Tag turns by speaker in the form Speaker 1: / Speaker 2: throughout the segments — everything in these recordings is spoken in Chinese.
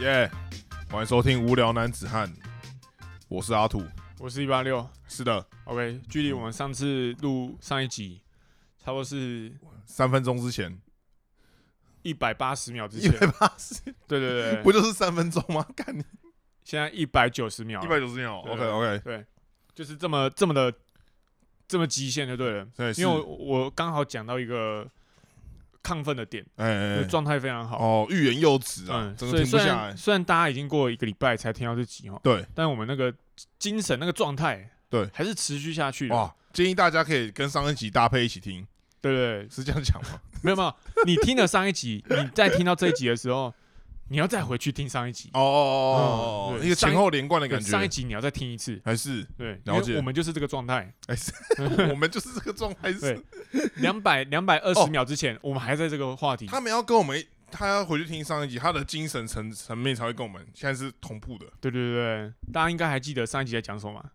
Speaker 1: 耶欢迎收听《无聊男子汉》，我是阿土。
Speaker 2: 我是一八六
Speaker 1: 是的，
Speaker 2: ，OK，距离我们上次录上一集，差不多是
Speaker 1: 三分钟之前，
Speaker 2: 一百八十秒之
Speaker 1: 一
Speaker 2: 前，
Speaker 1: 百八十，
Speaker 2: 对对
Speaker 1: 不
Speaker 2: 对，
Speaker 1: 就是三分钟吗？ 干你
Speaker 2: 现在一百九十秒了，
Speaker 1: 一百九十秒
Speaker 2: 对
Speaker 1: ，OK OK，
Speaker 2: 对，就是这么这么的这么极限就对了，
Speaker 1: 对，
Speaker 2: 因为我
Speaker 1: 是
Speaker 2: 我刚好讲到一个亢奋的点，
Speaker 1: 哎哎
Speaker 2: 就
Speaker 1: 哎
Speaker 2: 状态非常好，
Speaker 1: 哦，欲言又止啊
Speaker 2: 嗯，，
Speaker 1: 真
Speaker 2: 所
Speaker 1: 的
Speaker 2: 以
Speaker 1: 停不
Speaker 2: 虽
Speaker 1: 下来
Speaker 2: 然。虽然大家已经过了一个礼拜才听到这集哈，
Speaker 1: 对，
Speaker 2: 但我们那个精神那个状态，
Speaker 1: 对
Speaker 2: 还是持续下去的，
Speaker 1: 哇，建议大家可以跟上一集搭配一起听，
Speaker 2: 对对对，
Speaker 1: 是这样讲吗？
Speaker 2: 没有没有，你听了上一集，你再听到这一集的时候，你要再回去听上一集，
Speaker 1: 哦哦哦哦，
Speaker 2: 嗯对
Speaker 1: 一个前后连贯的感
Speaker 2: 对上一
Speaker 1: 觉，
Speaker 2: 集你要再听一次，
Speaker 1: 还是
Speaker 2: 对，
Speaker 1: 了解
Speaker 2: 因为我们就是这个状态，
Speaker 1: 还哎 是我们就是这个状态是
Speaker 2: 对。两百两百二
Speaker 1: 哦
Speaker 2: 十秒之前，我们还在这个话题，
Speaker 1: 他们要跟我们一，他要回去听上一集，他的精神层层面才会跟我们现在是同步的。
Speaker 2: 对对对，对大家应该还记得上一集在讲什么嘛？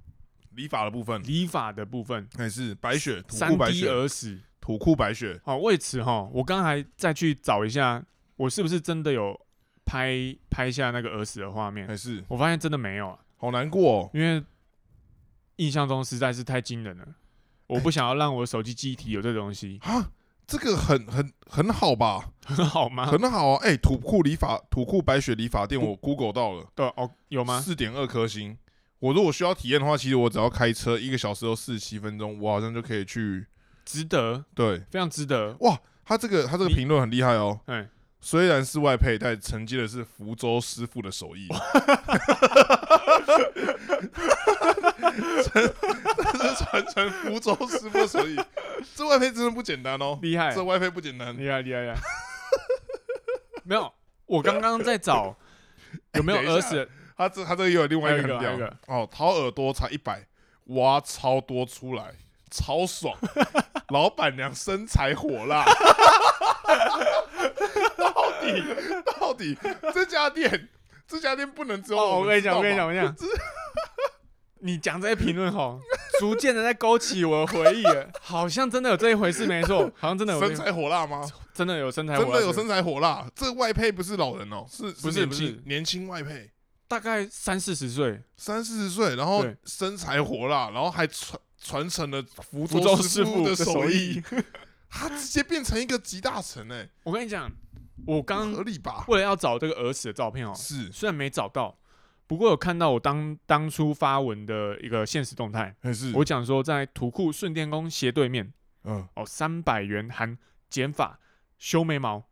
Speaker 1: 理发的部分
Speaker 2: 理法的部分，
Speaker 1: 还哎是白雪土
Speaker 2: 三
Speaker 1: 库白
Speaker 2: D
Speaker 1: 雪
Speaker 2: 而死。
Speaker 1: 土库白雪，
Speaker 2: 好，为此哈，我刚才再去找一下，我是不是真的有拍拍下那个儿死的画面？
Speaker 1: 还哎是
Speaker 2: 我发现真的没有啊，
Speaker 1: 好难过、哦。
Speaker 2: 因为印象中实在是太惊人了，我不想要让我的手机记忆体有这东西，
Speaker 1: 这个很很很好吧，
Speaker 2: 很好 吗？
Speaker 1: 很好啊！哎、土库理发土库白雪理发店，我 Google 到了，
Speaker 2: 对哦，有吗？
Speaker 1: 四点二颗星。我如果需要体验的话，其实我只要开车一个小时有四十七分钟，我好像就可以去。
Speaker 2: 值得，
Speaker 1: 对，
Speaker 2: 非常值得。
Speaker 1: 哇，他这个他这个
Speaker 2: 你
Speaker 1: 评论很厉害哦。
Speaker 2: 哎，
Speaker 1: 虽然是外配，但承接的是福州师傅的手艺。 这是传承福州师傅的手艺，这外配真的不简单哦，
Speaker 2: 厉害
Speaker 1: 这，外配不简单。
Speaker 2: 厉害，厉害， 厉害。没有，我刚刚在 找有没有
Speaker 1: 哎等一下
Speaker 2: 儿死的，
Speaker 1: 他这他这个又有另外一个很
Speaker 2: 还有一个还有一
Speaker 1: 屌
Speaker 2: 个
Speaker 1: 哦，掏耳朵才一百，挖超多出来，超 爽。老板娘身材火辣， 到底到底这家店这家店不能只有
Speaker 2: 哦，我跟你讲，我跟你讲，我
Speaker 1: 讲，
Speaker 2: 跟你 讲，你讲这些评论吼，逐渐的在勾起我的回忆了，好像真的有这一回事，没 错，好像真的有这
Speaker 1: 身
Speaker 2: 一回，
Speaker 1: 材火辣吗？
Speaker 2: 真的有身材，
Speaker 1: 真的有，身材火辣，这外配不是老人哦，是
Speaker 2: 不是
Speaker 1: 年
Speaker 2: 不
Speaker 1: 轻
Speaker 2: 是
Speaker 1: 年轻外配，
Speaker 2: 大概三四十岁，
Speaker 1: 三四十岁，然后
Speaker 2: 对
Speaker 1: 身材火辣，然后还传传承了福
Speaker 2: 福州
Speaker 1: 州师
Speaker 2: 师傅
Speaker 1: 傅的
Speaker 2: 的
Speaker 1: 手
Speaker 2: 手
Speaker 1: 艺
Speaker 2: 艺，
Speaker 1: 他直接变成一个集大成哎、
Speaker 2: 我跟你讲，我刚
Speaker 1: 合理吧？
Speaker 2: 为了要找这个儿死的照片哦，
Speaker 1: 是，
Speaker 2: 虽然没找到，不过有看到我当当初发文的一个现实动态，
Speaker 1: 还是
Speaker 2: 我讲说在图库顺天宫斜对面
Speaker 1: 嗯，
Speaker 2: 哦，三百元含剪发、修眉毛、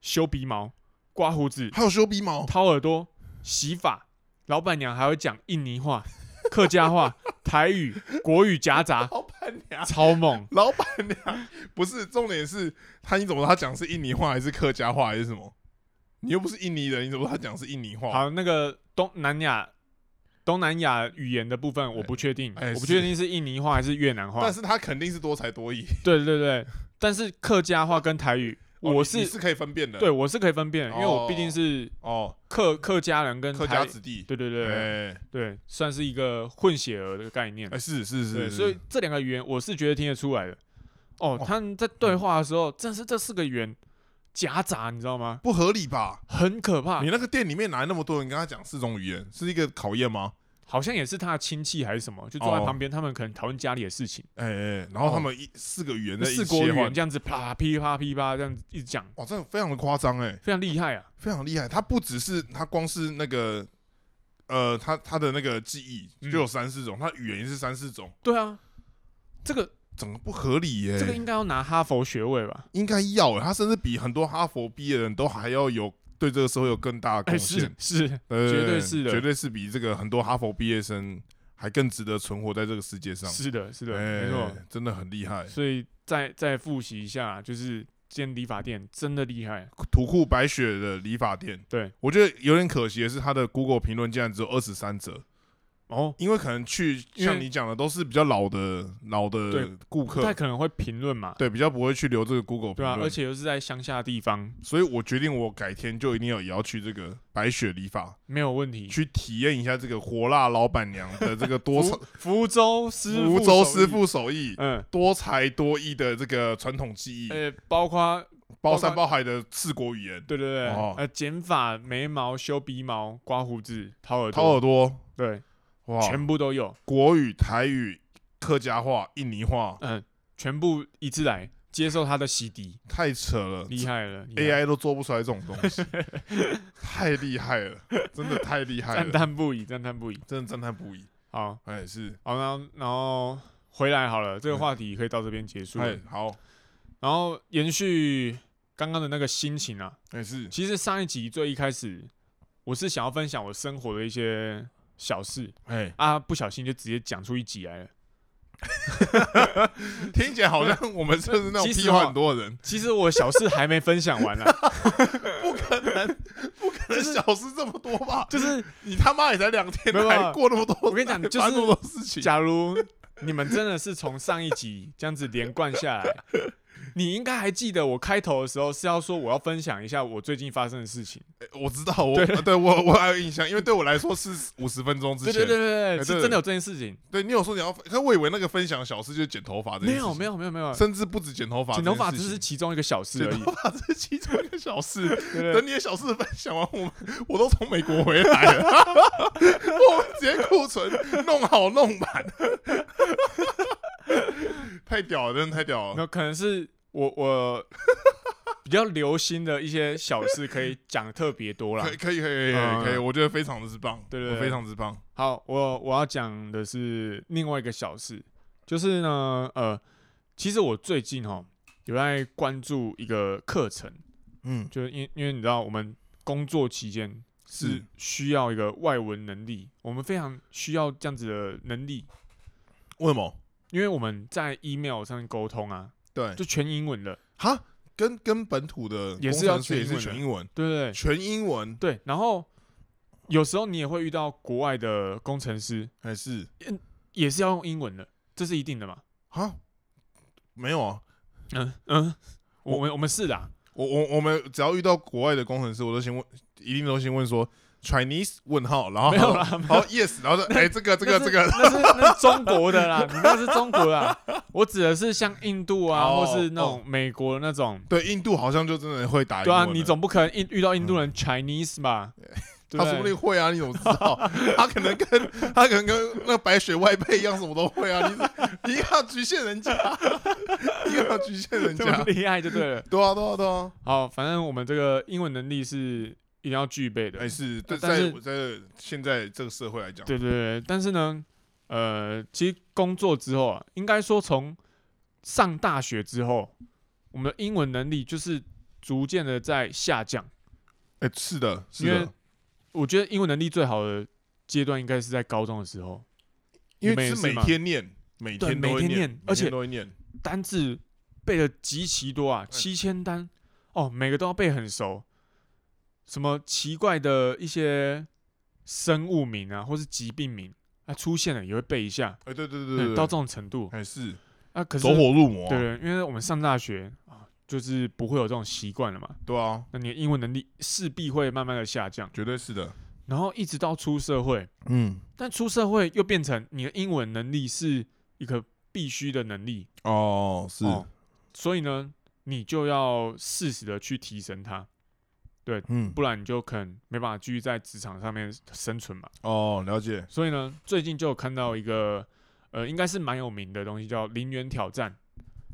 Speaker 2: 修鼻毛、刮胡子、
Speaker 1: 还有修鼻毛，
Speaker 2: 掏耳朵、洗发，老板娘还会讲印尼话、 客家话、台语、国语夹 杂，
Speaker 1: 老板娘，
Speaker 2: 超猛！
Speaker 1: 老板娘不是重点是他，你怎么知道他讲是印尼话还是客家话还是什么？你又不是印尼人，你怎么知道他讲是印尼话？
Speaker 2: 好，那个东南亚。东南亚语言的部分我不确定，
Speaker 1: 哎哎
Speaker 2: 我不
Speaker 1: 是
Speaker 2: 确定是印尼话还是越南话，
Speaker 1: 但是他肯定是多才多艺，
Speaker 2: 对对对，但是客家话跟台语，
Speaker 1: 哦
Speaker 2: 我
Speaker 1: 你
Speaker 2: 是,、
Speaker 1: 你是可以分辨的。
Speaker 2: 对我是可以分辨，因为我毕竟是
Speaker 1: 哦，
Speaker 2: 客客家人跟
Speaker 1: 客
Speaker 2: 台
Speaker 1: 家子弟，
Speaker 2: 对对对、
Speaker 1: 哎
Speaker 2: 对，算是一个混血儿的概念。
Speaker 1: 哎，是是
Speaker 2: 对，
Speaker 1: 是，
Speaker 2: 所以
Speaker 1: 是
Speaker 2: 这两个语言我是觉得听得出来的。哦
Speaker 1: 哦，
Speaker 2: 他们在对话的时候，正是这四个语言夹杂，你知道吗？
Speaker 1: 不合理吧？
Speaker 2: 很可怕
Speaker 1: 你，那个店里面哪来那么多人跟他讲四种语言，是一个考验吗？
Speaker 2: 好像也是他的亲戚还是什么，就坐在
Speaker 1: 哦
Speaker 2: 旁边，他们可能讨论家里的事情，
Speaker 1: 哎哎，然后他
Speaker 2: 哦
Speaker 1: 们一四个语言在一起
Speaker 2: 四国
Speaker 1: 切
Speaker 2: 语
Speaker 1: 换
Speaker 2: 言，这样子啪噼啪噼啪这样子一直讲，
Speaker 1: 哇，这非常的夸张哎。
Speaker 2: 非常厉害啊！
Speaker 1: 非常厉害。他不只是他光是那个，呃，他他的那个记忆
Speaker 2: 嗯
Speaker 1: 就有三四种，他语言也是三四种，
Speaker 2: 对啊，这个
Speaker 1: 整个不合理耶、
Speaker 2: 这个应该要拿哈佛学位吧？
Speaker 1: 应该要、欸，他甚至比很多哈佛毕业的人都还要有对这个社会有更大的
Speaker 2: 哎，
Speaker 1: 贡献
Speaker 2: 是，是，
Speaker 1: 呃
Speaker 2: 绝对是的
Speaker 1: 绝对是比这个很多哈佛毕业生还更值得存活在这个世界上。
Speaker 2: 是的，是的，
Speaker 1: 哎
Speaker 2: 没错。，
Speaker 1: 真的很厉害。
Speaker 2: 所以再再复习一下，就是间理发店真的厉害，
Speaker 1: 土库白雪的理发店，
Speaker 2: 对，
Speaker 1: 我觉得有点可惜的是，他的 Google 评论竟然只有二十三折。
Speaker 2: 哦，
Speaker 1: 因为可能去
Speaker 2: 因为
Speaker 1: 像你讲的都是比较老的老的
Speaker 2: 对
Speaker 1: 顾
Speaker 2: 不
Speaker 1: 客
Speaker 2: 太，可能会评论嘛，
Speaker 1: 对，比较不会去留这个 Google 评
Speaker 2: 对啊，
Speaker 1: 论，
Speaker 2: 而且又是在乡下地方，
Speaker 1: 所以我决定我改天就一定要也要去这个白雪理发
Speaker 2: 没有问题。
Speaker 1: 去体验一下这个火辣老板娘的这 个多才
Speaker 2: 福福州师傅，
Speaker 1: 福州师，傅手艺。
Speaker 2: 嗯，哎
Speaker 1: 多才多艺的这个传统技艺，
Speaker 2: 呃，包括
Speaker 1: 包山包海的四国语言，
Speaker 2: 对对对，
Speaker 1: 哦
Speaker 2: 呃，剪发、眉毛、修鼻毛、刮胡子、掏耳朵，
Speaker 1: 掏耳朵，
Speaker 2: 对，
Speaker 1: 哇，
Speaker 2: 全部都有，
Speaker 1: 国语、台语、客家话、印尼话，
Speaker 2: 嗯、全部一次来接受他的洗涤，
Speaker 1: 太扯了
Speaker 2: 厉害了厉害
Speaker 1: ，AI 都做不出来这种东西， 太厉害了，真的太厉害
Speaker 2: 赞
Speaker 1: 了，
Speaker 2: 叹不已，赞叹不已。
Speaker 1: 真的赞叹不已。
Speaker 2: 好，
Speaker 1: 哎，是，
Speaker 2: 好，然后然后回来好了，这个话题可以到这边结束了
Speaker 1: 哎，好，
Speaker 2: 然后延续刚刚的那个心情啊，
Speaker 1: 哎是，
Speaker 2: 其实上一集最一开始，我是想要分享我生活的一些小事
Speaker 1: 哎，
Speaker 2: 啊，不小心就直接讲出一集来了。
Speaker 1: 听起来好像我们就是那种
Speaker 2: 其实
Speaker 1: 屁话
Speaker 2: 哦
Speaker 1: 很多的人，
Speaker 2: 其实我小事还没分享 完呢、啊
Speaker 1: 可能小事这么多吧？
Speaker 2: 就是
Speaker 1: 你他妈也才两天，
Speaker 2: 没有
Speaker 1: 还过那么多，
Speaker 2: 我跟你讲就是
Speaker 1: 发生那么多事情，
Speaker 2: 假如你们真的是从上一集这样子连贯下来，你应该还记得我开头的时候是要说我要分享一下我最近发生的事情。
Speaker 1: 哎我知道，我对我我还有印象，因为对我来说是五十分钟之
Speaker 2: 对
Speaker 1: 前，
Speaker 2: 对对对
Speaker 1: 哎
Speaker 2: 对，
Speaker 1: 对
Speaker 2: 是真的有这件事情。
Speaker 1: 对你有说你要分，可我以为那个分享小事就是剪头发这件
Speaker 2: 没
Speaker 1: 事情
Speaker 2: 有没，有没有没有，
Speaker 1: 甚至不止剪头发，
Speaker 2: 剪头发只是其中一个小事
Speaker 1: 剪
Speaker 2: 而已
Speaker 1: 头。发只是其中一个小事。
Speaker 2: 对对对
Speaker 1: 等你的小事分享完，我们我都从美国回来了， 我们直接库存弄好弄满，太屌了，真的太屌了。
Speaker 2: 那可能是我 我比较留心的一些小事，可以讲特别多啦
Speaker 1: 可以。可以可以可以可以，
Speaker 2: 嗯
Speaker 1: 我觉得非常之棒，
Speaker 2: 对对对
Speaker 1: 我非常之棒。
Speaker 2: 好，我我要讲的是另外一个小事，就是呢，呃，其实我最近哈有在关注一个课程，
Speaker 1: 嗯，
Speaker 2: 就是因因为你知道我们工作期间是
Speaker 1: 是
Speaker 2: 需要一个外文能力，我们非常需要这样子的能力，
Speaker 1: 为什么？
Speaker 2: 因为我们在 email 上面沟通啊，
Speaker 1: 对，
Speaker 2: 就全英文的，
Speaker 1: 哈，跟跟本土的
Speaker 2: 也是要
Speaker 1: 工程师也是全
Speaker 2: 全
Speaker 1: 英文，
Speaker 2: 对不对？
Speaker 1: 全英文
Speaker 2: 对，然后有时候你也会遇到国外的工程师，
Speaker 1: 还是
Speaker 2: 也是要用英文的，这是一定的嘛？
Speaker 1: 哈？没有啊，
Speaker 2: 嗯嗯，我们我们是的啊、
Speaker 1: 我我我们只要遇到国外的工程师，我都先问，一定都先问说 Chinese 问号，然后
Speaker 2: 没有啦没有
Speaker 1: 好 yes，然后说哎、这 个这个
Speaker 2: 那
Speaker 1: 这
Speaker 2: 是
Speaker 1: 个，
Speaker 2: 那是那是中国的啦，你那是中国的、啊，我指的是像印度啊，
Speaker 1: 哦
Speaker 2: 或是那种美国的那种，
Speaker 1: 对，印度好像就真的会打英
Speaker 2: 对
Speaker 1: 文
Speaker 2: 啊，
Speaker 1: 了。
Speaker 2: 你总不可能印遇到印度人 Chinese 吧？对
Speaker 1: 他
Speaker 2: 不
Speaker 1: 说不
Speaker 2: 对
Speaker 1: 定会啊，你怎么知道？他可能跟他可能跟那白雪外配一样，什么都会啊。你你一定要局限人家，你一定要局限人
Speaker 2: 这么
Speaker 1: 家。
Speaker 2: 厉害就对了。
Speaker 1: 对啊对啊对啊，
Speaker 2: 好，反正我们这个英文能力是一定要具备的
Speaker 1: 哎、。是，对，
Speaker 2: 但
Speaker 1: 在
Speaker 2: 是
Speaker 1: 在现在这个社会来讲，
Speaker 2: 对对对，但是呢，呃，其实工作之后啊，应该说从上大学之后，我们的英文能力就是逐渐的在下降。
Speaker 1: 哎、是的，是
Speaker 2: 因为
Speaker 1: 的，
Speaker 2: 我觉得英文能力最好的阶段应该是在高中的时候，
Speaker 1: 因
Speaker 2: 你们
Speaker 1: 为
Speaker 2: 也
Speaker 1: 是
Speaker 2: 是
Speaker 1: 每
Speaker 2: 吗
Speaker 1: 天念，每
Speaker 2: 对
Speaker 1: 天都
Speaker 2: 每
Speaker 1: 会
Speaker 2: 天
Speaker 1: 念
Speaker 2: 念，而
Speaker 1: 每天
Speaker 2: 且
Speaker 1: 都会念，
Speaker 2: 单字背的极其多
Speaker 1: 嗯
Speaker 2: 啊，七千单哦，每个都要背很熟，什么奇怪的一些生物名啊，或是疾病名啊出现了也会背一下，
Speaker 1: 哎、对对对对
Speaker 2: 嗯
Speaker 1: 对，
Speaker 2: 到这种程度
Speaker 1: 还、是
Speaker 2: 啊，可是
Speaker 1: 走火入魔啊、
Speaker 2: 对，因为我们上大学啊，就是不会有这种习惯了嘛，
Speaker 1: 对啊，
Speaker 2: 那你的英文能力势必会慢慢的下降，
Speaker 1: 绝对是的。
Speaker 2: 然后一直到出社会，
Speaker 1: 嗯，
Speaker 2: 但出社会又变成你的英文能力是一个必须的能力，
Speaker 1: 哦，是
Speaker 2: 哦，所以呢，你就要适时的去提升它，
Speaker 1: 嗯，
Speaker 2: 不然你就可能没办法继续在职场上面生存嘛。
Speaker 1: 哦，了解。
Speaker 2: 所以呢，最近就有看到一个呃，应该是蛮有名的东西，叫零元挑战，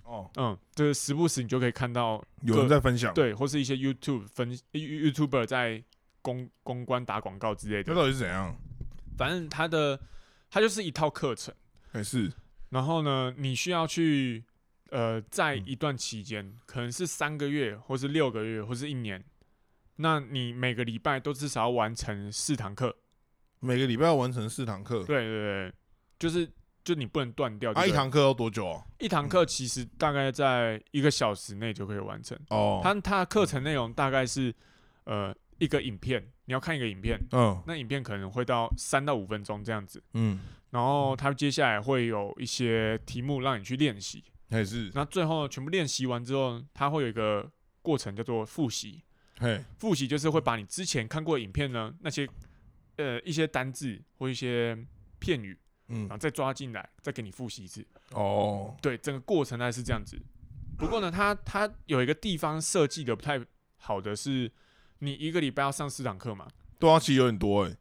Speaker 1: 哦，
Speaker 2: 嗯，就是时不时你就可以看到
Speaker 1: 有人
Speaker 2: 各
Speaker 1: 在分享，，
Speaker 2: 对，或是一些 YouTube 分 You- YouTuber 在公公关打广告之类
Speaker 1: 这
Speaker 2: 的，
Speaker 1: 到底是怎样？
Speaker 2: 反正它的它就是一套课程，
Speaker 1: 还哎是
Speaker 2: 然后呢，你需要去呃，在
Speaker 1: 嗯
Speaker 2: 一段期间，可能是三个月，或是六个月，或是一年，那你每个礼拜都至少要完成四堂课，
Speaker 1: 每个礼拜要完成四堂课，
Speaker 2: 对对对，就是就你不能断掉，
Speaker 1: 啊，
Speaker 2: 对
Speaker 1: 一
Speaker 2: 不对
Speaker 1: 堂课要多久啊？
Speaker 2: 一堂课其实大概在一个小时内就可以完成，
Speaker 1: 哦，
Speaker 2: 它它的课程内容大概是呃一个影片，你要看一个影片。
Speaker 1: 嗯
Speaker 2: 那影片可能会到三到五分钟这样子，
Speaker 1: 嗯，
Speaker 2: 然后它接下来会有一些题目让你去练习，
Speaker 1: 还哎是
Speaker 2: 那最后全部练习完之后，它会有一个过程叫做复习。
Speaker 1: 嘿，
Speaker 2: 复习就是会把你之前看过的影片呢，那些呃一些单字或一些片语，
Speaker 1: 嗯
Speaker 2: 然后再抓进来，再给你复习一次。
Speaker 1: 哦，
Speaker 2: 对，整个过程大概是这样子。不过呢，它它有一个地方设计的不太好的是，你一个礼拜要上四堂课嘛，
Speaker 1: 对啊，其实有点多哎、欸，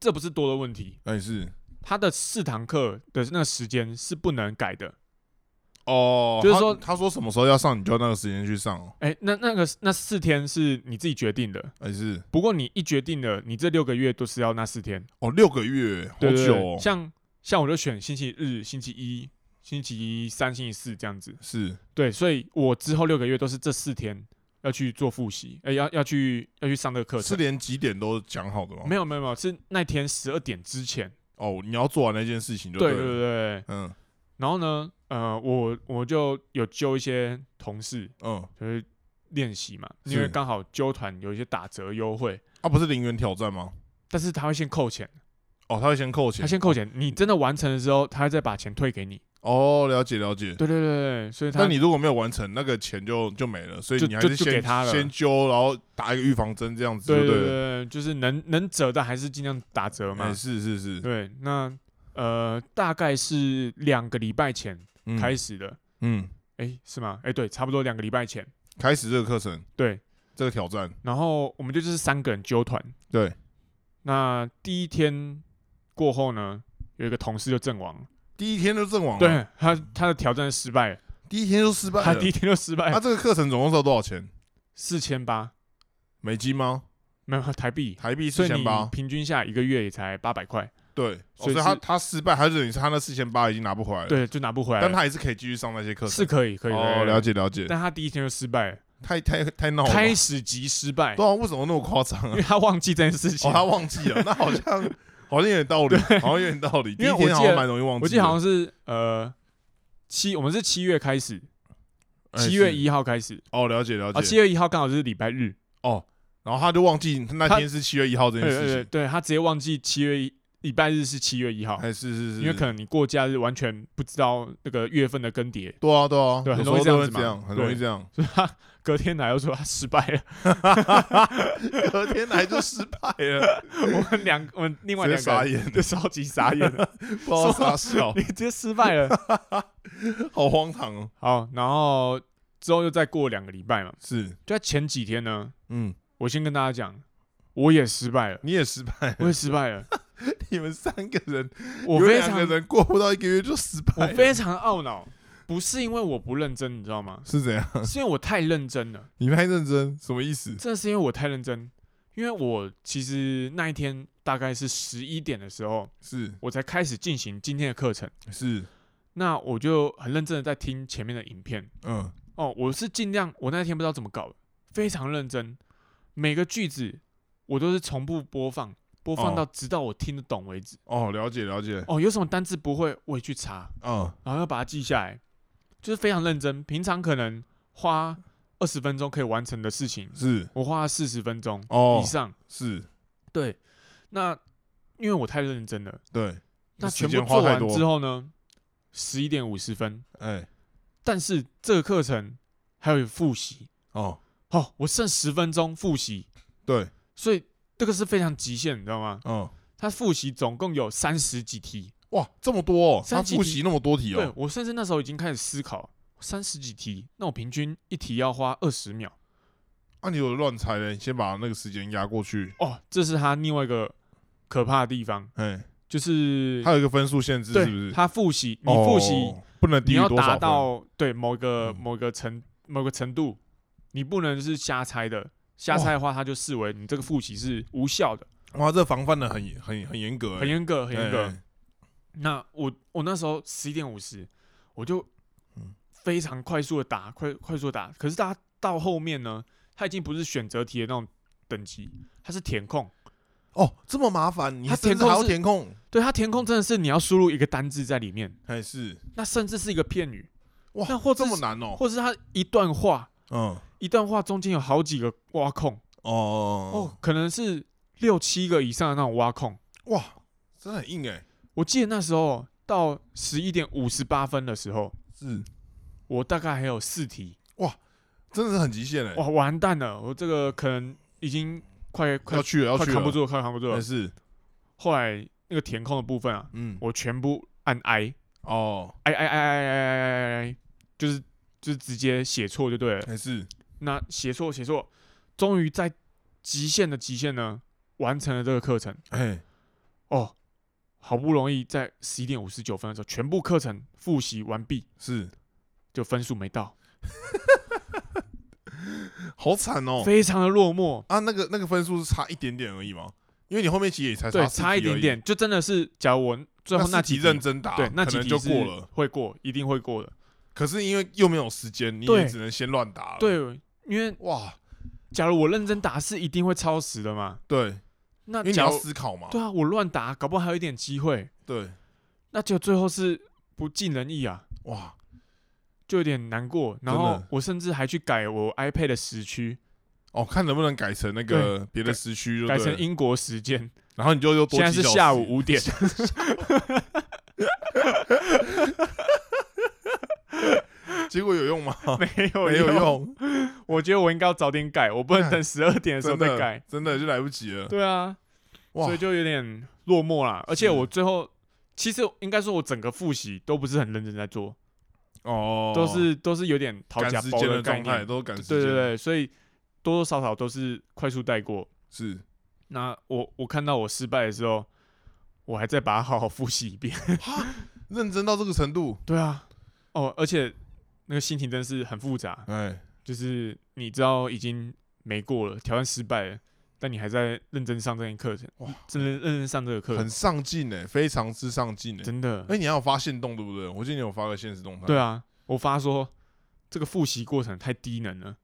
Speaker 2: 这不是多的问题，
Speaker 1: 那也是
Speaker 2: 它的四堂课的那个时间是不能改的。
Speaker 1: 哦，
Speaker 2: 就是
Speaker 1: 他
Speaker 2: 说
Speaker 1: 他说什么时候要上，你就要那个时间去上哦，
Speaker 2: 哎、那那个那四天是你自己决定的，
Speaker 1: 还是
Speaker 2: 不过你一决定了，你这六个月都是要那四天，
Speaker 1: 哦六个月欸，好
Speaker 2: 对对
Speaker 1: 久
Speaker 2: 对
Speaker 1: 哦，
Speaker 2: 像像我就选星期日、星期一、星期三、星期四这样子。
Speaker 1: 是
Speaker 2: 对，所以我之后六个月都是这四天要去做复习，呃，要要去要去上这个课
Speaker 1: 是
Speaker 2: 程。
Speaker 1: 连几点都讲好的吗？
Speaker 2: 没有没有没有，是那天十二点之前。
Speaker 1: 哦，你要做完那件事情就
Speaker 2: 对对
Speaker 1: 了，
Speaker 2: 对对。
Speaker 1: 嗯
Speaker 2: 然后呢，呃，我我就有揪一些同事，
Speaker 1: 嗯，
Speaker 2: 就是练习嘛，
Speaker 1: 是
Speaker 2: 因为刚好揪团有一些打折优惠，
Speaker 1: 啊不是零元挑战吗？
Speaker 2: 但是他会先扣钱，
Speaker 1: 哦，他会先扣钱，
Speaker 2: 他先扣钱，你真的完成的时候，他会再把钱退给你。
Speaker 1: 哦，了解了解。
Speaker 2: 对对对对，所以他
Speaker 1: 那你如果没有完成，那个钱就就没了，所以
Speaker 2: 就
Speaker 1: 你还
Speaker 2: 就是就
Speaker 1: 先
Speaker 2: 给他了
Speaker 1: 先揪，然后打一个预防针这样子，
Speaker 2: 对
Speaker 1: 不
Speaker 2: 对对，对就是能能折的还是尽量打折嘛
Speaker 1: 哎，。是是是，
Speaker 2: 对，那呃，大概是两个礼拜前
Speaker 1: 嗯
Speaker 2: 开始的，
Speaker 1: 嗯，
Speaker 2: 哎、是吗？哎、对，差不多两个礼拜前，
Speaker 1: 开始这个课程，
Speaker 2: 对。
Speaker 1: 这个挑战，
Speaker 2: 然后我们就就是三个人揪团，
Speaker 1: 对。
Speaker 2: 那第一天过后呢，有一个同事就阵亡了，
Speaker 1: 第一天就阵亡了，，
Speaker 2: 对他他的挑战失败了，
Speaker 1: 第一天就失败
Speaker 2: 他
Speaker 1: 了
Speaker 2: 第。一哎天就失败
Speaker 1: 他
Speaker 2: 了，
Speaker 1: 这个课程总共收多少钱？
Speaker 2: 四千八，
Speaker 1: 美金吗？
Speaker 2: 没有台币，
Speaker 1: 台币
Speaker 2: 所
Speaker 1: 四
Speaker 2: 以
Speaker 1: 千
Speaker 2: 你
Speaker 1: 八，
Speaker 2: 平均下一个月也才八百块，
Speaker 1: 对，哦
Speaker 2: 所
Speaker 1: 所
Speaker 2: 以
Speaker 1: 以
Speaker 2: 是
Speaker 1: 他他失败，他就等于是他那四千八已经拿不回来了，
Speaker 2: 对，就拿不回来
Speaker 1: 但
Speaker 2: 了，
Speaker 1: 他还是可以继续上那些课程。
Speaker 2: 是可以可以，可
Speaker 1: 哦，
Speaker 2: 以
Speaker 1: 了，解哦了解，
Speaker 2: 但他第一天就失败了，
Speaker 1: 太太太闹了吧，
Speaker 2: 开始即失败，
Speaker 1: 对啊，为什么那么夸张
Speaker 2: 因
Speaker 1: 啊？
Speaker 2: 为他忘记这件事情
Speaker 1: 哦，，他忘记了，那 好像好像有点道理，好像有点道理。第
Speaker 2: 因为
Speaker 1: 一
Speaker 2: 我
Speaker 1: 天好
Speaker 2: 记得
Speaker 1: 像蛮容易忘记的，
Speaker 2: 我记得好像是呃七，我们是七月开始，
Speaker 1: 哎
Speaker 2: 七月
Speaker 1: 是
Speaker 2: 一号开始
Speaker 1: 哦，了解了
Speaker 2: 啊，七
Speaker 1: 解。
Speaker 2: 月一号刚好就是礼拜日，
Speaker 1: 然后他就忘记那天是七月一号这
Speaker 2: 对
Speaker 1: 件
Speaker 2: 对
Speaker 1: 事
Speaker 2: 对，
Speaker 1: 情，
Speaker 2: 对他直接忘记七月一礼拜日是七月一号，
Speaker 1: 哎，是是是，
Speaker 2: 因为可能你过假日完全不知道那个月份的更迭，
Speaker 1: 对啊对啊，
Speaker 2: 对很容易
Speaker 1: 有时候
Speaker 2: 这样
Speaker 1: 都会
Speaker 2: 子嘛
Speaker 1: 这样，很容易
Speaker 2: 对
Speaker 1: 这样，
Speaker 2: 所以他隔天来又说他失败了，
Speaker 1: 隔天来就失 败了，
Speaker 2: 我们两我们另外
Speaker 1: 直接
Speaker 2: 两
Speaker 1: 傻
Speaker 2: 个人
Speaker 1: 眼，
Speaker 2: 就超级傻 眼了，
Speaker 1: 不知道傻笑
Speaker 2: 你，直接失败了。
Speaker 1: 好荒唐哦。
Speaker 2: 好，然后之后又再过两个礼拜嘛，
Speaker 1: 是，
Speaker 2: 就在前几天呢，
Speaker 1: 嗯，
Speaker 2: 我先跟大家讲，我也失败 了，
Speaker 1: 你也失败
Speaker 2: 我
Speaker 1: 了，
Speaker 2: 也失败 了，
Speaker 1: 你们三个人，
Speaker 2: 我
Speaker 1: 有
Speaker 2: 非
Speaker 1: 两
Speaker 2: 常
Speaker 1: 个人过不到一个月就失
Speaker 2: 我
Speaker 1: 败了，？
Speaker 2: 非常懊恼，不是因为我不认真，你知道吗
Speaker 1: 是怎样？
Speaker 2: 是因为我太认真了，
Speaker 1: 你太认真，什么意思？
Speaker 2: 真的是因为我太认真。因为我其实那一天大概是十一点的时候，
Speaker 1: 是
Speaker 2: 我才开始进行今天的课程。
Speaker 1: 是，
Speaker 2: 那我就很认真的在听前面的影片
Speaker 1: 嗯，
Speaker 2: 哦，我是尽量，我那天不知道怎么搞的，非常认真，每个句子我都是重复播放，播放
Speaker 1: 哦
Speaker 2: 到直到我听得懂为止。
Speaker 1: 哦，了解了解，
Speaker 2: 哦，有什么单字不会，我也去查，
Speaker 1: 嗯，
Speaker 2: 然后要把它记下来，就是非常认真。平常可能花二十分钟可以完成的事情，
Speaker 1: 是
Speaker 2: 我花了四十分钟
Speaker 1: 哦
Speaker 2: 以，上。
Speaker 1: 是
Speaker 2: 对，那因为我太认真了，
Speaker 1: 对，
Speaker 2: 那
Speaker 1: 时
Speaker 2: 全
Speaker 1: 间
Speaker 2: 部
Speaker 1: 花
Speaker 2: 做
Speaker 1: 太
Speaker 2: 完
Speaker 1: 多
Speaker 2: 之，后呢，十一点五十分。
Speaker 1: 哎，
Speaker 2: 但是这个课程还有复习，
Speaker 1: 哦，
Speaker 2: 哦，我剩十分钟复习，
Speaker 1: 对，
Speaker 2: 所以这个是非常极限，你知道吗？
Speaker 1: 嗯，
Speaker 2: 他复习总共有三十几题，
Speaker 1: 哇，这么多，哦，他
Speaker 2: 三级
Speaker 1: 复
Speaker 2: 题
Speaker 1: 习那么多题
Speaker 2: 对
Speaker 1: 哦，
Speaker 2: 我甚至那时候已经开始思考三十几题，那我平均一题要花二十秒。
Speaker 1: 啊那你有乱猜嘞？你先把那个时间压过去，
Speaker 2: 哦，这是他另外一个可怕的地方，
Speaker 1: 哎，
Speaker 2: 就是
Speaker 1: 它有一个分数限制，是不
Speaker 2: 对
Speaker 1: 是？
Speaker 2: 他复习，你复习
Speaker 1: 哦不能低
Speaker 2: 你
Speaker 1: 于
Speaker 2: 要
Speaker 1: 多少
Speaker 2: 达
Speaker 1: 分？
Speaker 2: 到对某个
Speaker 1: 嗯
Speaker 2: 某个程某个程度，你不能是瞎猜的，瞎
Speaker 1: 哇
Speaker 2: 猜的话他就视为你这个复习是无效的，
Speaker 1: 哇，这防范的很很很严格，
Speaker 2: 很
Speaker 1: 哎
Speaker 2: 严格，很严格
Speaker 1: 哎。
Speaker 2: 那我我那时候十一点五十，我就
Speaker 1: 嗯
Speaker 2: 非常快速的打，快快速地打。可是大家到后面呢，它已经不是选择题的那种等级，它是填空。
Speaker 1: 哦，这么麻烦，你
Speaker 2: 它
Speaker 1: 甚
Speaker 2: 填
Speaker 1: 至
Speaker 2: 空
Speaker 1: 还要
Speaker 2: 是
Speaker 1: 填空，
Speaker 2: 对，它填空真的是你要输入一个单字在里面，
Speaker 1: 还是
Speaker 2: 那甚至是一个片语，
Speaker 1: 哇
Speaker 2: 那或者
Speaker 1: 这么
Speaker 2: 是
Speaker 1: 难哦？
Speaker 2: 或者是它一段话，
Speaker 1: 嗯，
Speaker 2: 一段话中间有好几个挖空，
Speaker 1: 哦
Speaker 2: 哦，可能是六七个以上的那种挖空。
Speaker 1: 哇，真的很硬哎，
Speaker 2: 我记得那时候到十一点五十八分的时候，
Speaker 1: 是，
Speaker 2: 我大概还有四题。
Speaker 1: 真的是很极限哎，
Speaker 2: 哇，完蛋了！我这个可能已经快快
Speaker 1: 要去了，要
Speaker 2: 快
Speaker 1: 去
Speaker 2: 扛不
Speaker 1: 了，
Speaker 2: 住了，快扛不住
Speaker 1: 还
Speaker 2: 了。
Speaker 1: 是，
Speaker 2: 后来那个填空的部分啊，
Speaker 1: 嗯，
Speaker 2: 我全部按 I
Speaker 1: 哦，
Speaker 2: I I I I I I I，就是就直接写错就对了。
Speaker 1: 还哎是
Speaker 2: 那写错写错，终于在极限的极限呢，完成了这个课程
Speaker 1: 哎
Speaker 2: 哦，好不容易在十一点五十九分的时候，全部课程复习完毕，
Speaker 1: 是
Speaker 2: 就分数没到，
Speaker 1: 好惨哦
Speaker 2: 非常的落寞。
Speaker 1: 啊！那个那个分数是差一点点而已嘛，因为你后面其实也才
Speaker 2: 对，
Speaker 1: 四
Speaker 2: 差一
Speaker 1: 题而
Speaker 2: 点
Speaker 1: 已，
Speaker 2: 点，就真的是，假如我最后那
Speaker 1: 那四题
Speaker 2: 几
Speaker 1: 认真答，
Speaker 2: 对，那
Speaker 1: 可
Speaker 2: 几
Speaker 1: 能
Speaker 2: 题
Speaker 1: 就是过了。
Speaker 2: 会过，一定会过的。
Speaker 1: 可是因为又没有时间，你也
Speaker 2: 对
Speaker 1: 只能先乱答了。，
Speaker 2: 对，因为
Speaker 1: 哇，
Speaker 2: 假如我认真打是一定会超时的嘛。
Speaker 1: 对，
Speaker 2: 那
Speaker 1: 因为你
Speaker 2: 假
Speaker 1: 要
Speaker 2: 如
Speaker 1: 思考嘛。
Speaker 2: 对啊，我乱打，搞不好还有一点机会。
Speaker 1: 对，
Speaker 2: 那就最后是不尽人意啊，
Speaker 1: 哇，
Speaker 2: 就有点难过。然
Speaker 1: 真的
Speaker 2: 后我甚至还去改我 iPad 的时区，
Speaker 1: 哦，看能不能改成那个别的
Speaker 2: 改
Speaker 1: 时区就
Speaker 2: 改
Speaker 1: 对了，
Speaker 2: 成英国时间，
Speaker 1: 然后你就又多
Speaker 2: 现在是
Speaker 1: 几小
Speaker 2: 下
Speaker 1: 时
Speaker 2: 午五 点。
Speaker 1: 结果有用吗？
Speaker 2: 没有
Speaker 1: 没有，用，
Speaker 2: 我觉得我应该要早点改，我不能等十二 点的时候
Speaker 1: 真
Speaker 2: 再
Speaker 1: 的
Speaker 2: 改。
Speaker 1: 真的就来不及了。
Speaker 2: 对啊，
Speaker 1: 哇
Speaker 2: 所以，就有点落寞啦。而且
Speaker 1: 是
Speaker 2: 我最后其实应该说，我整个复习都不是很认真在做，
Speaker 1: 哦，
Speaker 2: 都是都是有点讨
Speaker 1: 赶
Speaker 2: 价
Speaker 1: 时
Speaker 2: 包
Speaker 1: 间的
Speaker 2: 概
Speaker 1: 状态，
Speaker 2: 念。
Speaker 1: 都是赶时间。
Speaker 2: 对对，对，所以多多少少都是快速带过。
Speaker 1: 是
Speaker 2: 那我我看到我失败的时候，我还再把它好好复习一 遍。
Speaker 1: 认真到这个程度。
Speaker 2: 对啊，哦，而且那个心情真是很复杂，
Speaker 1: 哎，
Speaker 2: 就是你知道已经没过了，挑战失败了，但你还在认真上这个课程，
Speaker 1: 哇，
Speaker 2: 真的认真上这个课
Speaker 1: 很
Speaker 2: 程，
Speaker 1: 上进哎，非常之上进哎。
Speaker 2: 真的。
Speaker 1: 哎，你还有发现动对不对？我记得你有发个现实动态。
Speaker 2: 对啊，我发说这个复习过程太低能了，